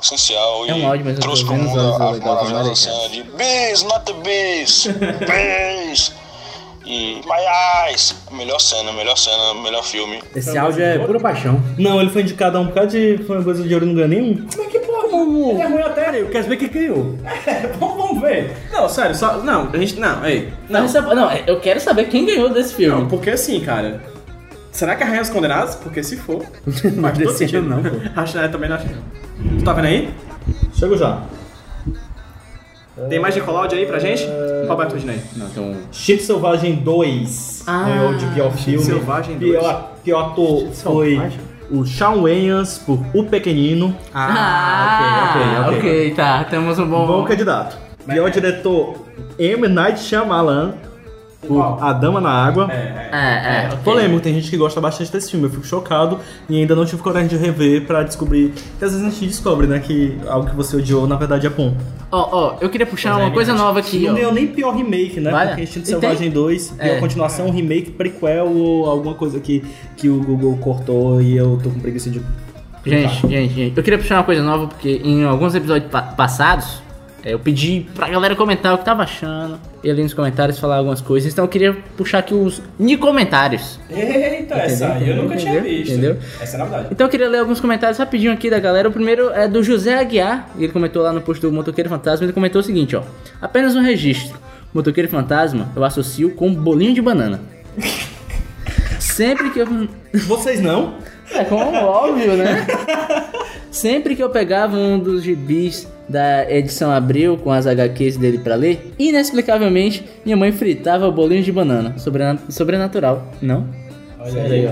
Speaker 9: essencial
Speaker 6: É um
Speaker 9: e
Speaker 6: áudio, mas eu tô
Speaker 9: trouxe pro
Speaker 6: vendo
Speaker 9: mundo
Speaker 6: os olhos
Speaker 9: a, a
Speaker 6: legais da
Speaker 9: maravilhosa
Speaker 6: Maria,
Speaker 9: cena de Bis, not
Speaker 6: <laughs>
Speaker 9: the Bis, Bis e My Eyes. A melhor cena, a melhor cena, o melhor filme.
Speaker 5: Esse áudio é pura paixão.
Speaker 7: Não, ele foi indicado a um bocado de foi coisa de ouro e não ganhou nenhum.
Speaker 4: É ruim até eu quero <laughs> ver quem ganhou. É, vamos, vamos ver. Não, sério, só. Não, a gente. Não, aí.
Speaker 6: Não. é não, eu quero saber quem ganhou desse filme.
Speaker 4: Não, porque assim, cara. Será que arranha os condenados? Porque se for.
Speaker 5: Mas
Speaker 4: todo
Speaker 5: desse ano
Speaker 4: sentido.
Speaker 5: não, pô.
Speaker 4: Acho que também não acho que não. Tu tá vendo aí?
Speaker 7: Chego já.
Speaker 4: Tem mais de Cloud aí pra gente? Roberto Dinei.
Speaker 6: Não, então.
Speaker 7: Chip Selvagem 2
Speaker 6: Ah,
Speaker 7: ganhou de pior filme.
Speaker 4: Selvagem
Speaker 7: Pior, pior ator foi o Shawn Wayans por O Pequenino.
Speaker 6: Ah,
Speaker 7: ok, ok, ok.
Speaker 6: ok, tá. Temos um
Speaker 7: Bom,
Speaker 6: bom.
Speaker 7: candidato. Pior diretor, M. Night Shyamalan por A Dama na Água.
Speaker 6: É, é. ok.
Speaker 7: Polêmico, tem gente que gosta bastante desse filme, eu fico chocado e ainda não tive coragem de rever pra descobrir. Que às vezes a gente descobre, né, que algo que você odiou na verdade é bom.
Speaker 6: Ó, ó, eu queria puxar uma coisa nova aqui,
Speaker 7: não
Speaker 6: ó.
Speaker 7: deu nem pior remake, né?
Speaker 6: Vale.
Speaker 7: Porque Instinto
Speaker 6: E tem-
Speaker 7: Selvagem 2, pior
Speaker 6: É.
Speaker 7: continuação, remake, prequel ou alguma coisa que, que o Google cortou e eu tô com preguiça de.
Speaker 6: Gente, gente, gente, eu queria puxar uma coisa nova porque em alguns episódios pa- passados é, eu pedi pra galera comentar o que tava achando e ali nos comentários falar algumas coisas. Então eu queria puxar aqui os ni comentários.
Speaker 8: Eita, essa aí eu nunca tinha
Speaker 6: Entendeu?
Speaker 8: visto.
Speaker 6: Entendeu?
Speaker 8: Essa é
Speaker 7: Tá.
Speaker 8: novidade.
Speaker 6: Então eu queria ler alguns comentários rapidinho aqui da galera. O primeiro é do José Aguiar, e ele comentou lá no post do Motoqueiro Fantasma, ele comentou o seguinte, ó. Apenas um registro. Motoqueiro Fantasma eu associo com bolinho de banana.
Speaker 7: <laughs>
Speaker 6: Sempre que eu...
Speaker 7: Vocês não?
Speaker 6: É
Speaker 8: <laughs>
Speaker 6: como óbvio, né? Sempre que eu pegava um dos gibis da edição Abril com as HQs dele pra ler, inexplicavelmente minha mãe fritava bolinhos de banana. Sobrena- Sobrenatural, não?
Speaker 8: Olha
Speaker 7: é
Speaker 8: aí, eu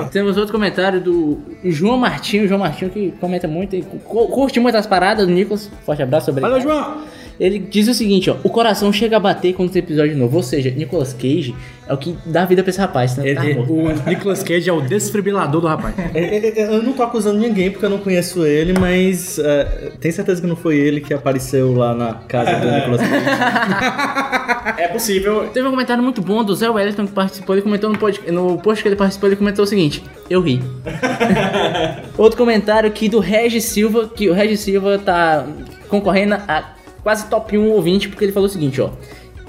Speaker 8: acho.
Speaker 6: Temos outro comentário do João Martinho, João Martinho que comenta muito e cu- curte muito as paradas do Nicolas. Forte abraço, obrigado.
Speaker 7: Valeu, João!
Speaker 6: Ele diz o seguinte, ó, o coração chega a bater quando tem episódio novo, ou seja, Nicolas Cage é o que dá vida pra esse rapaz, né?
Speaker 5: Ele-
Speaker 6: Tá morto.
Speaker 5: o Nicolas Cage é o desfibrilador
Speaker 4: <laughs>
Speaker 5: do rapaz.
Speaker 7: É, é, é, Eu não tô acusando ninguém porque eu não conheço ele, mas é, tem certeza que não foi ele que apareceu lá na casa do Nicolas Cage.
Speaker 4: É possível.
Speaker 6: Teve um comentário muito bom do Zé Wellington que participou, ele comentou no, pod... no post que ele participou, ele comentou o seguinte, eu ri. Outro comentário aqui do Regis Silva, que o Regis Silva tá concorrendo a quase top 1 ouvinte, porque ele falou o seguinte, ó.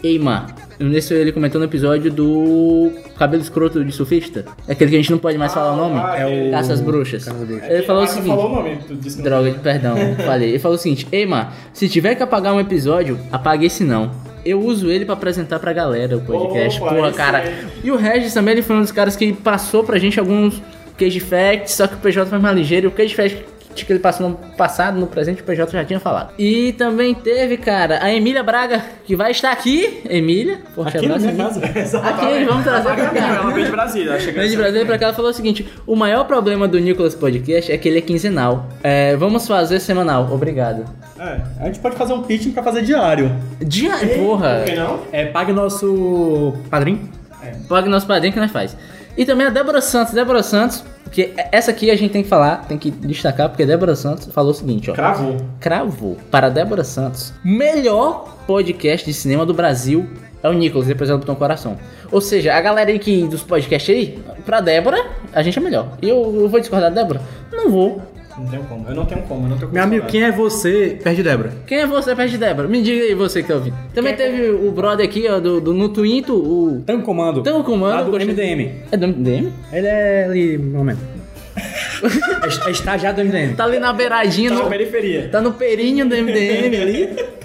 Speaker 6: Ei, Ma, nesse ele comentou no episódio do Cabelo Escroto de Surfista, É aquele que a gente não pode mais falar o nome,
Speaker 4: ah,
Speaker 6: é o Caça às Bruxas. Ele falou o
Speaker 4: Ah, tu
Speaker 6: seguinte...
Speaker 4: falou o nome, tu disse que não-
Speaker 6: Droga, perdão, falei. Ele falou o seguinte: Ei, mano, se tiver que apagar um episódio, apague esse não. Eu uso ele pra apresentar pra galera o podcast.
Speaker 4: Opa,
Speaker 6: Porra,
Speaker 4: isso
Speaker 6: cara.
Speaker 4: aí.
Speaker 6: E o Regis também, ele foi um dos caras que passou pra gente alguns Cage Facts, só que o PJ foi mais ligeiro. E o Cage Fact que ele passou no passado, no presente, o PJ já tinha falado. E também teve, cara, a Emília Braga, que vai estar aqui. Emília, forte
Speaker 7: Aqui na
Speaker 6: abraço.
Speaker 7: minha casa.
Speaker 6: é Aqui, é vamos trazer pra cá.
Speaker 4: Ela veio de Brasília, ela chega
Speaker 6: Mas de Brasília pra cá ela falou o seguinte: o maior problema do Nicolas Podcast é que ele é quinzenal. É, vamos fazer semanal, obrigado.
Speaker 7: É, a gente pode fazer um pitching pra fazer diário.
Speaker 6: Dia, porra!
Speaker 4: Por que não?
Speaker 5: É, pague nosso padrinho.
Speaker 6: Pague nosso padrinho que nós faz. E também a Débora Santos, Débora Santos, que essa aqui a gente tem que falar, tem que destacar, porque a Débora Santos falou o seguinte, ó.
Speaker 4: Cravou.
Speaker 6: Cravou para a Débora Santos. Melhor podcast de cinema do Brasil é o Nicolas, depois ela botou um coração. Ou seja, a galera aí que, dos podcasts aí, pra Débora, a gente é melhor. E eu, eu vou discordar da Débora? Não vou.
Speaker 4: Não tenho como. Eu não tenho como, eu não tenho como.
Speaker 5: Meu amigo, quem é você? Perde Débora.
Speaker 6: Quem é você perto de Débora? Me diga aí você que tá ouvindo. Também teve o brother aqui, ó, do, do- no Twinto, o.
Speaker 4: Tá
Speaker 5: Tango
Speaker 4: um
Speaker 5: Comando.
Speaker 6: Tango Comando,
Speaker 5: Lá do
Speaker 6: gostei.
Speaker 5: MDM.
Speaker 6: É do MDM?
Speaker 5: Ele é ali, no momento. é est- <laughs> é estagiário do MDM.
Speaker 6: Tá ali na beiradinha,
Speaker 4: Tá
Speaker 6: no-
Speaker 4: na periferia.
Speaker 6: tá no perinho do MDM ali.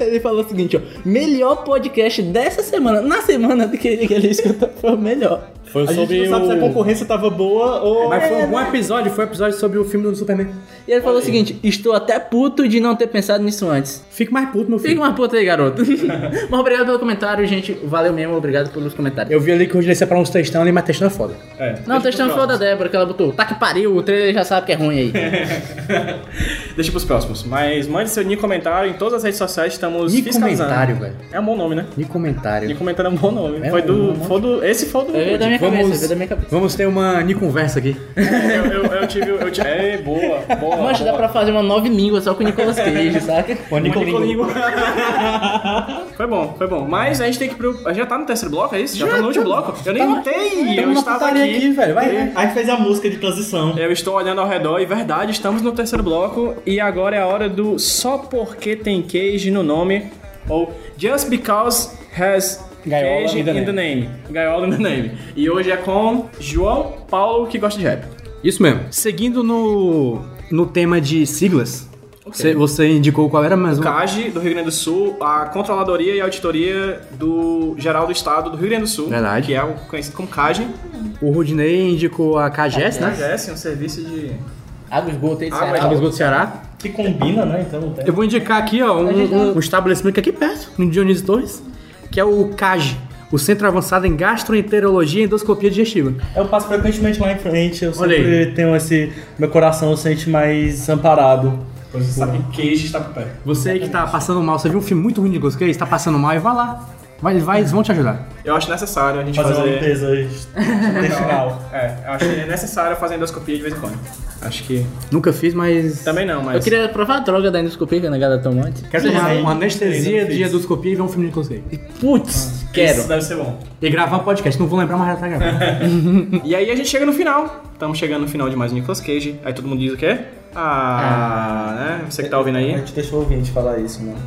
Speaker 6: Ele falou o seguinte, ó. Melhor podcast dessa semana. Na semana que ele, que ele escutou foi o melhor.
Speaker 7: a gente não sabe se a concorrência tava boa ou.
Speaker 5: Mas foi um bom episódio, foi um episódio sobre o filme do Superman.
Speaker 6: E ele falou o seguinte: estou até puto de não ter pensado nisso antes.
Speaker 5: Fique mais puto, meu filho.
Speaker 6: Fica uma puta aí, <laughs> garoto. Mas obrigado pelo comentário, gente. Valeu mesmo, obrigado pelos comentários.
Speaker 5: Eu vi ali que hoje ele separou é uns textão ali, mas textão é foda.
Speaker 6: Não, testando foi o da Débora que ela botou. Tá que pariu, o trailer já sabe que é ruim <laughs> aí.
Speaker 4: <laughs> Deixa pros próximos. Mas mande seu Nick comentário em todas as redes sociais, estamos
Speaker 5: Ni
Speaker 4: fiscalizando.
Speaker 5: comentário, velho.
Speaker 4: É um bom nome, né? Ni
Speaker 5: Ni comentário.
Speaker 4: comentário é um bom nome.
Speaker 5: É
Speaker 4: foi
Speaker 5: um
Speaker 4: do,
Speaker 5: bom
Speaker 4: foi do. Esse foi do.
Speaker 6: Eu ia da minha cabeça, eu ia
Speaker 5: Vamos,
Speaker 6: da minha cabeça.
Speaker 5: vamos ter uma Ni conversa <laughs> aqui.
Speaker 4: Eu, eu, eu tive. Eu tive... É, boa, boa.
Speaker 6: Mas dá
Speaker 4: boa.
Speaker 6: pra fazer uma nove língua só com o Nicolas Cage, saca?
Speaker 4: Uma Nicolingo. <laughs> foi bom, foi bom. Mas a gente tem que ir pro. Já tá no terceiro bloco, é isso? Já, tá no último bloco? Eu nem notei, eu
Speaker 5: na
Speaker 4: estava
Speaker 5: putaria
Speaker 4: aqui.
Speaker 5: aqui, É. velho, vai. né?
Speaker 4: E-
Speaker 7: Aí fez a música de transição.
Speaker 4: Eu estou olhando ao redor e verdade, estamos no terceiro bloco e agora é a hora do só porque tem cage no nome ou just because has
Speaker 5: Gaiola
Speaker 4: cage
Speaker 5: in the
Speaker 4: in the name. Gaiola in the name. E hoje é com João Paulo que gosta de rap.
Speaker 5: Isso mesmo. Seguindo no, no tema de siglas, você, você indicou qual era mais um.
Speaker 4: CAGE do Rio Grande do Sul, a controladoria e auditoria do geral do estado do Rio Grande do Sul,
Speaker 5: Verdade.
Speaker 4: que é o conhecido como CAGE.
Speaker 5: O Rudinei indicou a KGS,
Speaker 10: é,
Speaker 5: né?
Speaker 10: assim,
Speaker 4: CAGES, um serviço de
Speaker 6: Água esgoto aí,
Speaker 4: Água,
Speaker 6: Ceará.
Speaker 5: Água Esgoto do Ceará.
Speaker 7: Que combina, né? Então.
Speaker 5: Eu vou indicar aqui, ó, um, um- um estabelecimento que é aqui perto, no Dionísio Torres, que é o CAGE, o Centro Avançado em Gastroenterologia e Endoscopia Digestiva.
Speaker 7: Eu passo frequentemente lá em frente, eu
Speaker 5: Olha aí.
Speaker 7: sempre tenho esse. Meu coração se sente mais amparado.
Speaker 10: Pois você sabe que este está por perto.
Speaker 5: Você que tá passando mal, você viu um filme muito ruim de Nicolas Cage, tá passando mal e vai lá. Vai, vai, eles vão te ajudar.
Speaker 4: Eu acho necessário a gente
Speaker 7: Fazer uma
Speaker 4: fazer.
Speaker 7: limpeza intestinal.
Speaker 4: É, eu acho que é necessário fazer endoscopia de vez em quando. Acho que.
Speaker 5: Nunca fiz, mas.
Speaker 4: Também não, mas.
Speaker 6: Eu queria provar a droga da endoscopia que a negada tomou antes.
Speaker 5: Quero tomar
Speaker 7: Sim.
Speaker 5: uma anestesia
Speaker 7: Sim.
Speaker 5: de endoscopia e ver um filme de Nicolas Cage.
Speaker 6: Putz, quero.
Speaker 10: Isso deve ser bom.
Speaker 5: E gravar um podcast, não vou lembrar, mas já tá gravando.
Speaker 4: E aí a gente chega no final. Estamos chegando no final de mais um Nicolas Cage. Aí todo mundo diz o quê? Ah, né? Você que tá ouvindo
Speaker 7: A
Speaker 4: aí.
Speaker 7: gente deixa o ouvinte falar isso, mano.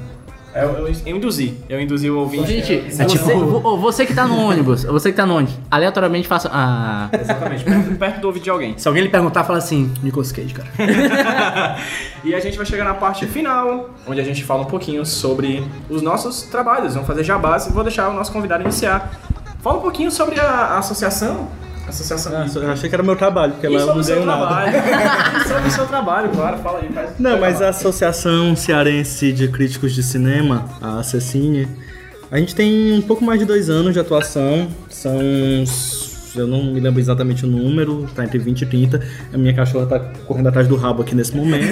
Speaker 10: É,
Speaker 4: Eu, eu, eu induzi. Eu induzi o ouvinte.
Speaker 6: <laughs> Gente,
Speaker 5: É
Speaker 6: você,
Speaker 5: tipo-
Speaker 6: vo- ô, você que tá no ônibus, você que tá no ônibus, aleatoriamente faça. Ah.
Speaker 4: Exatamente. Perto, perto do ouvido de <laughs> alguém.
Speaker 5: Se alguém lhe perguntar, fala assim, Nicolas Cage, cara.
Speaker 4: E a gente vai chegar na parte final, onde a gente fala um pouquinho sobre os nossos trabalhos. Vamos fazer jabás e vou deixar o nosso convidado iniciar. Fala um pouquinho sobre a, a associação. Associação.
Speaker 7: Ah, Eu achei que era meu trabalho, porque
Speaker 4: E
Speaker 7: lá eu
Speaker 4: sobre
Speaker 7: não
Speaker 4: é o seu
Speaker 7: ganho nada. <laughs>
Speaker 4: trabalho. E sobre o seu trabalho, claro. Fala aí. Faz,
Speaker 7: Não,
Speaker 4: faz
Speaker 7: mas
Speaker 4: jabá.
Speaker 7: a Associação Cearense de Críticos de Cinema, a Acessine, a gente tem um pouco mais de dois anos de atuação, são uns- Eu não me lembro exatamente o número, tá entre 20 e 30. A minha cachorra tá correndo atrás do rabo aqui nesse momento.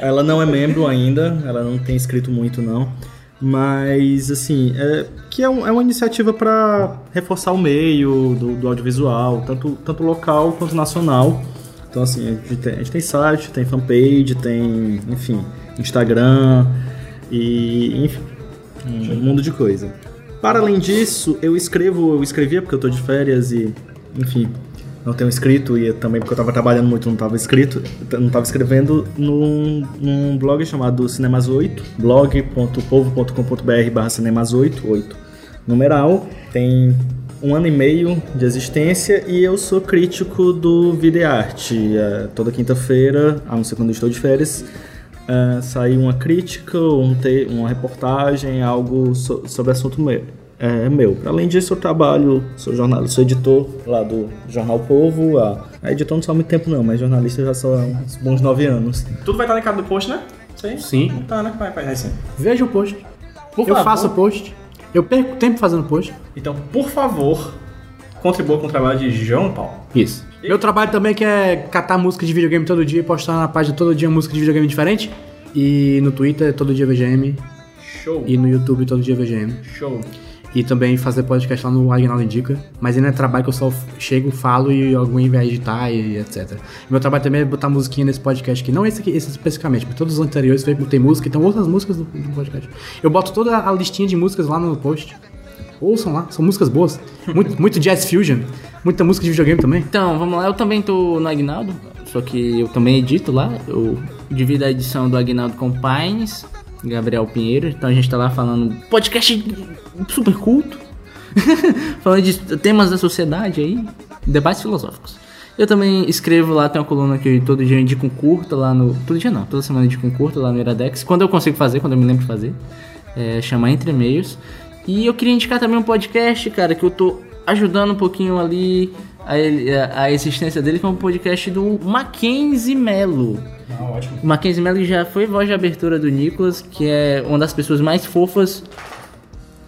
Speaker 7: ela não é membro ainda, ela não tem escrito muito, não. Mas, assim, é, que é, um- é uma iniciativa para reforçar o meio do, do audiovisual, tanto, tanto local quanto nacional. Então, assim, a gente, tem, a gente tem site, tem fanpage, tem, enfim, Instagram e, enfim, um mundo de coisa. Para além disso, eu escrevo, eu escrevia porque eu tô de férias e, enfim, não tenho escrito e também porque eu tava trabalhando muito, não tava escrito, não tava escrevendo num, num blog chamado Cinemas 8, blog.povo.com.br barra Cinemas 8, 8 numeral, tem um ano e meio de existência e eu sou crítico do Videarte. É, toda quinta-feira, a não ser quando eu estou de férias, é, sai uma crítica, um te- uma reportagem, algo so- sobre assunto meu. É meu. Além disso, eu trabalho, sou jornalista, sou editor lá do Jornal Povo. A, a editor não só há muito tempo, não, mas jornalista já só há uns bons nove anos.
Speaker 4: Tudo vai estar na cara do post, né? Sim.
Speaker 5: Sim.
Speaker 4: Tá, né? Vai, vai, vai sim.
Speaker 5: Veja o post. eu faço post. Eu perco tempo fazendo post.
Speaker 4: Então, por favor, contribua com o trabalho de João Paulo.
Speaker 5: Isso. Meu trabalho também que é catar música de videogame todo dia e postar na página todo dia música de videogame diferente. E no Twitter todo dia VGM.
Speaker 4: Show.
Speaker 5: E no YouTube todo dia VGM.
Speaker 4: Show.
Speaker 5: E também fazer podcast lá no Agnaldo Indica. Mas ainda é trabalho que eu só chego, falo e alguém vai editar e etc. Meu trabalho também é botar musiquinha nesse podcast aqui. Não esse aqui, esse especificamente, mas todos os anteriores eu botei música, então outras músicas do, do podcast. Eu boto toda a listinha de músicas lá no post. Ouçam lá, são músicas boas. Muito, muito jazz fusion, muita música de videogame também.
Speaker 6: Então, vamos lá, eu também tô no Agnaldo, só que eu também edito lá, eu divido a edição do Agnaldo com o Pines, Gabriel Pinheiro, então a gente tá lá falando podcast super culto, <laughs> falando de temas da sociedade aí, debates filosóficos. Eu também escrevo lá, tem uma coluna que eu todo dia indico um curta lá no... Todo dia não, toda semana eu indico um curta lá no Iradex, quando eu consigo fazer, quando eu me lembro de fazer, é, chama Entre Meios. E eu queria indicar também um podcast, cara, que eu tô ajudando um pouquinho ali a, ele- a- a existência dele, que é um podcast do Mackenzie Melo.
Speaker 10: Ah, ótimo.
Speaker 6: O Mackenzie Melo já foi voz de abertura do Nicolas, que é uma das pessoas mais fofas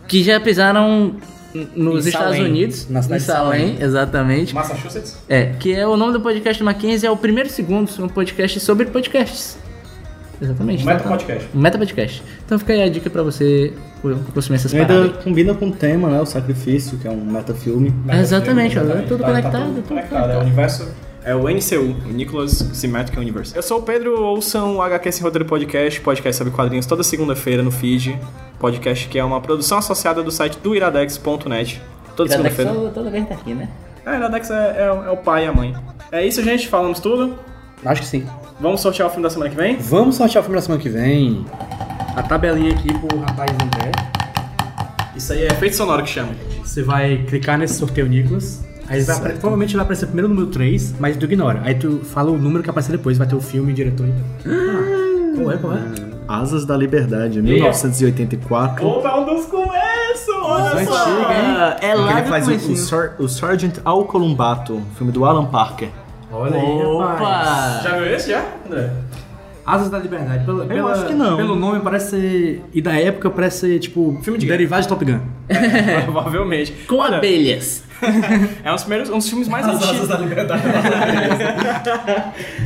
Speaker 6: que já pisaram n- nos
Speaker 7: Em
Speaker 6: Estados
Speaker 7: Salem,
Speaker 6: Unidos.
Speaker 7: na cidade
Speaker 6: em
Speaker 7: de Salem.
Speaker 6: Salem, exatamente.
Speaker 10: Massachusetts?
Speaker 6: É, que é o nome do podcast do Mackenzie, é o Primeiro Segundos, um podcast sobre podcasts. Exatamente.
Speaker 10: Meta
Speaker 6: tá-
Speaker 10: Podcast.
Speaker 6: Meta Podcast. Então fica aí a dica pra você um consumir essas
Speaker 7: E ainda
Speaker 6: paradas.
Speaker 7: combina com o tema, né? O Sacrifício, que é um metafilme.
Speaker 6: É, exatamente, ó, é tudo
Speaker 10: Tá-
Speaker 6: conectado.
Speaker 10: Tá
Speaker 6: tudo
Speaker 10: tudo conectado, é o universo.
Speaker 4: É o NCU, o Nicholas Cinematic Universe. Eu sou o Pedro, ouçam o HQ Sem Roteiro Podcast, podcast sobre quadrinhos toda segunda-feira no feed. Podcast que é uma produção associada do site do iradex.net. Toda
Speaker 6: Iradex
Speaker 4: segunda-feira.
Speaker 6: toda- toda vez tá aqui, né?
Speaker 4: É, iradex é, é o- é o pai e a mãe. É isso, gente. Falamos tudo.
Speaker 5: Acho que sim.
Speaker 4: Vamos sortear o filme da semana que vem?
Speaker 5: Vamos sortear o filme da semana que vem. A tabelinha aqui pro rapaz André.
Speaker 4: Isso aí é efeito sonoro que chama.
Speaker 5: Você vai clicar nesse sorteio Nicolas. Aí vai, apare- provavelmente vai aparecer primeiro o número 3, mas tu ignora. Aí tu fala o número que aparecer depois, vai ter o filme, o diretor e tal. Ah, qual é, qual é?
Speaker 11: Asas da Liberdade, 1984.
Speaker 4: Opa, um dos começos! Olha
Speaker 5: só! antiga, hein?
Speaker 6: é
Speaker 11: Ele
Speaker 6: lá do
Speaker 11: faz o, o,
Speaker 6: comecinho.
Speaker 11: Sar- o Sargent Al Columbato, filme do Alan Parker.
Speaker 5: Olha
Speaker 6: Opa!
Speaker 4: Já viu esse, já, André?
Speaker 5: Asas da Liberdade. Pela, pela-
Speaker 7: acho que não.
Speaker 5: Pelo nome parece ser. E da época parece ser, tipo.
Speaker 4: Filme de
Speaker 5: Derivado de Top Gun.
Speaker 4: Provavelmente.
Speaker 6: Com
Speaker 4: Olha,
Speaker 6: abelhas.
Speaker 4: É um dos, primeiros, um dos filmes mais
Speaker 12: As asas
Speaker 4: antigos.
Speaker 12: da liberdade.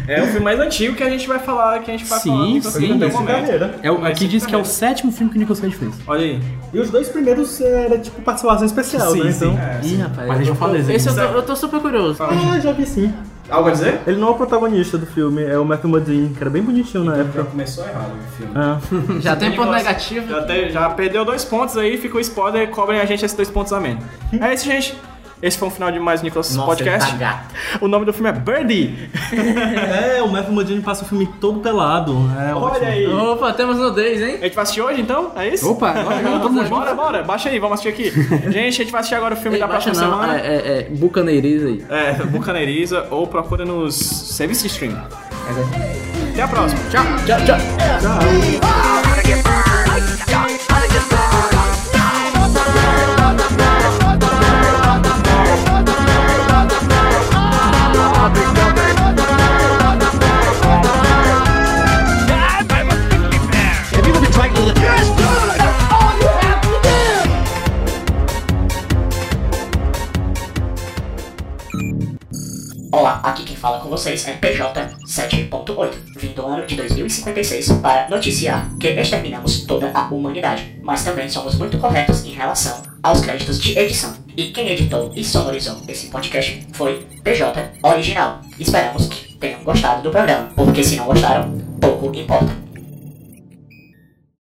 Speaker 4: É o filme mais antigo que a gente vai falar, que a gente vai
Speaker 5: Sim,
Speaker 4: falar Nicolas Cage
Speaker 5: sim.
Speaker 4: em algum momento.
Speaker 7: Carreira.
Speaker 5: É, o- aqui diz que é o sétimo filme que o Nicolas Cage fez.
Speaker 4: Olha aí.
Speaker 7: E os dois primeiros era tipo participação especial,
Speaker 4: Sim,
Speaker 7: né?
Speaker 4: sim.
Speaker 7: Então,
Speaker 6: Ih, rapaz.
Speaker 5: Mas a gente
Speaker 6: eu
Speaker 5: não fala
Speaker 6: tô-
Speaker 5: isso aqui.
Speaker 6: Esse eu tô, eu tô super curioso.
Speaker 7: ah, já vi sim.
Speaker 4: Algo a dizer?
Speaker 7: Ele não é o protagonista do filme, é o Matthew Modine, que era bem bonitinho na época.
Speaker 12: Já começou errado o filme.
Speaker 7: Ah.
Speaker 6: Já tem um ponto
Speaker 4: Nicolas-
Speaker 6: negativo.
Speaker 4: Já, te- já perdeu dois pontos aí, fica o spoiler, cobrem a gente esses dois pontos a menos. É isso, gente. Esse foi o final de mais um Nicolas
Speaker 6: Nossa,
Speaker 4: Podcast.
Speaker 6: ele tá gato.
Speaker 4: O nome do filme é Birdie.
Speaker 7: É, o Matthew Modine passa o filme todo pelado. É
Speaker 4: Olha
Speaker 7: ótimo.
Speaker 4: aí.
Speaker 6: Opa, temos nudez, hein?
Speaker 4: A gente vai assistir hoje, então? É isso?
Speaker 5: Opa, agora já todo mundo
Speaker 4: Bora, bora. Baixa aí, vamos assistir aqui. gente, a gente vai assistir agora o filme
Speaker 6: Ei,
Speaker 4: da
Speaker 6: baixa
Speaker 4: próxima
Speaker 6: não,
Speaker 4: semana.
Speaker 6: é, é, é bucaneiriz aí.
Speaker 4: É, Bucaneriza ou procura nos serviços de streaming. Até a próxima. Tchau.
Speaker 13: Olá, aqui quem fala com vocês é PJ7.8, vindo do ano de 2056 para noticiar que exterminamos toda a humanidade, mas também somos muito corretos em relação aos créditos de edição. E quem editou e sonorizou esse podcast foi PJ Original. Esperamos que tenham gostado do programa, porque se não gostaram, pouco importa.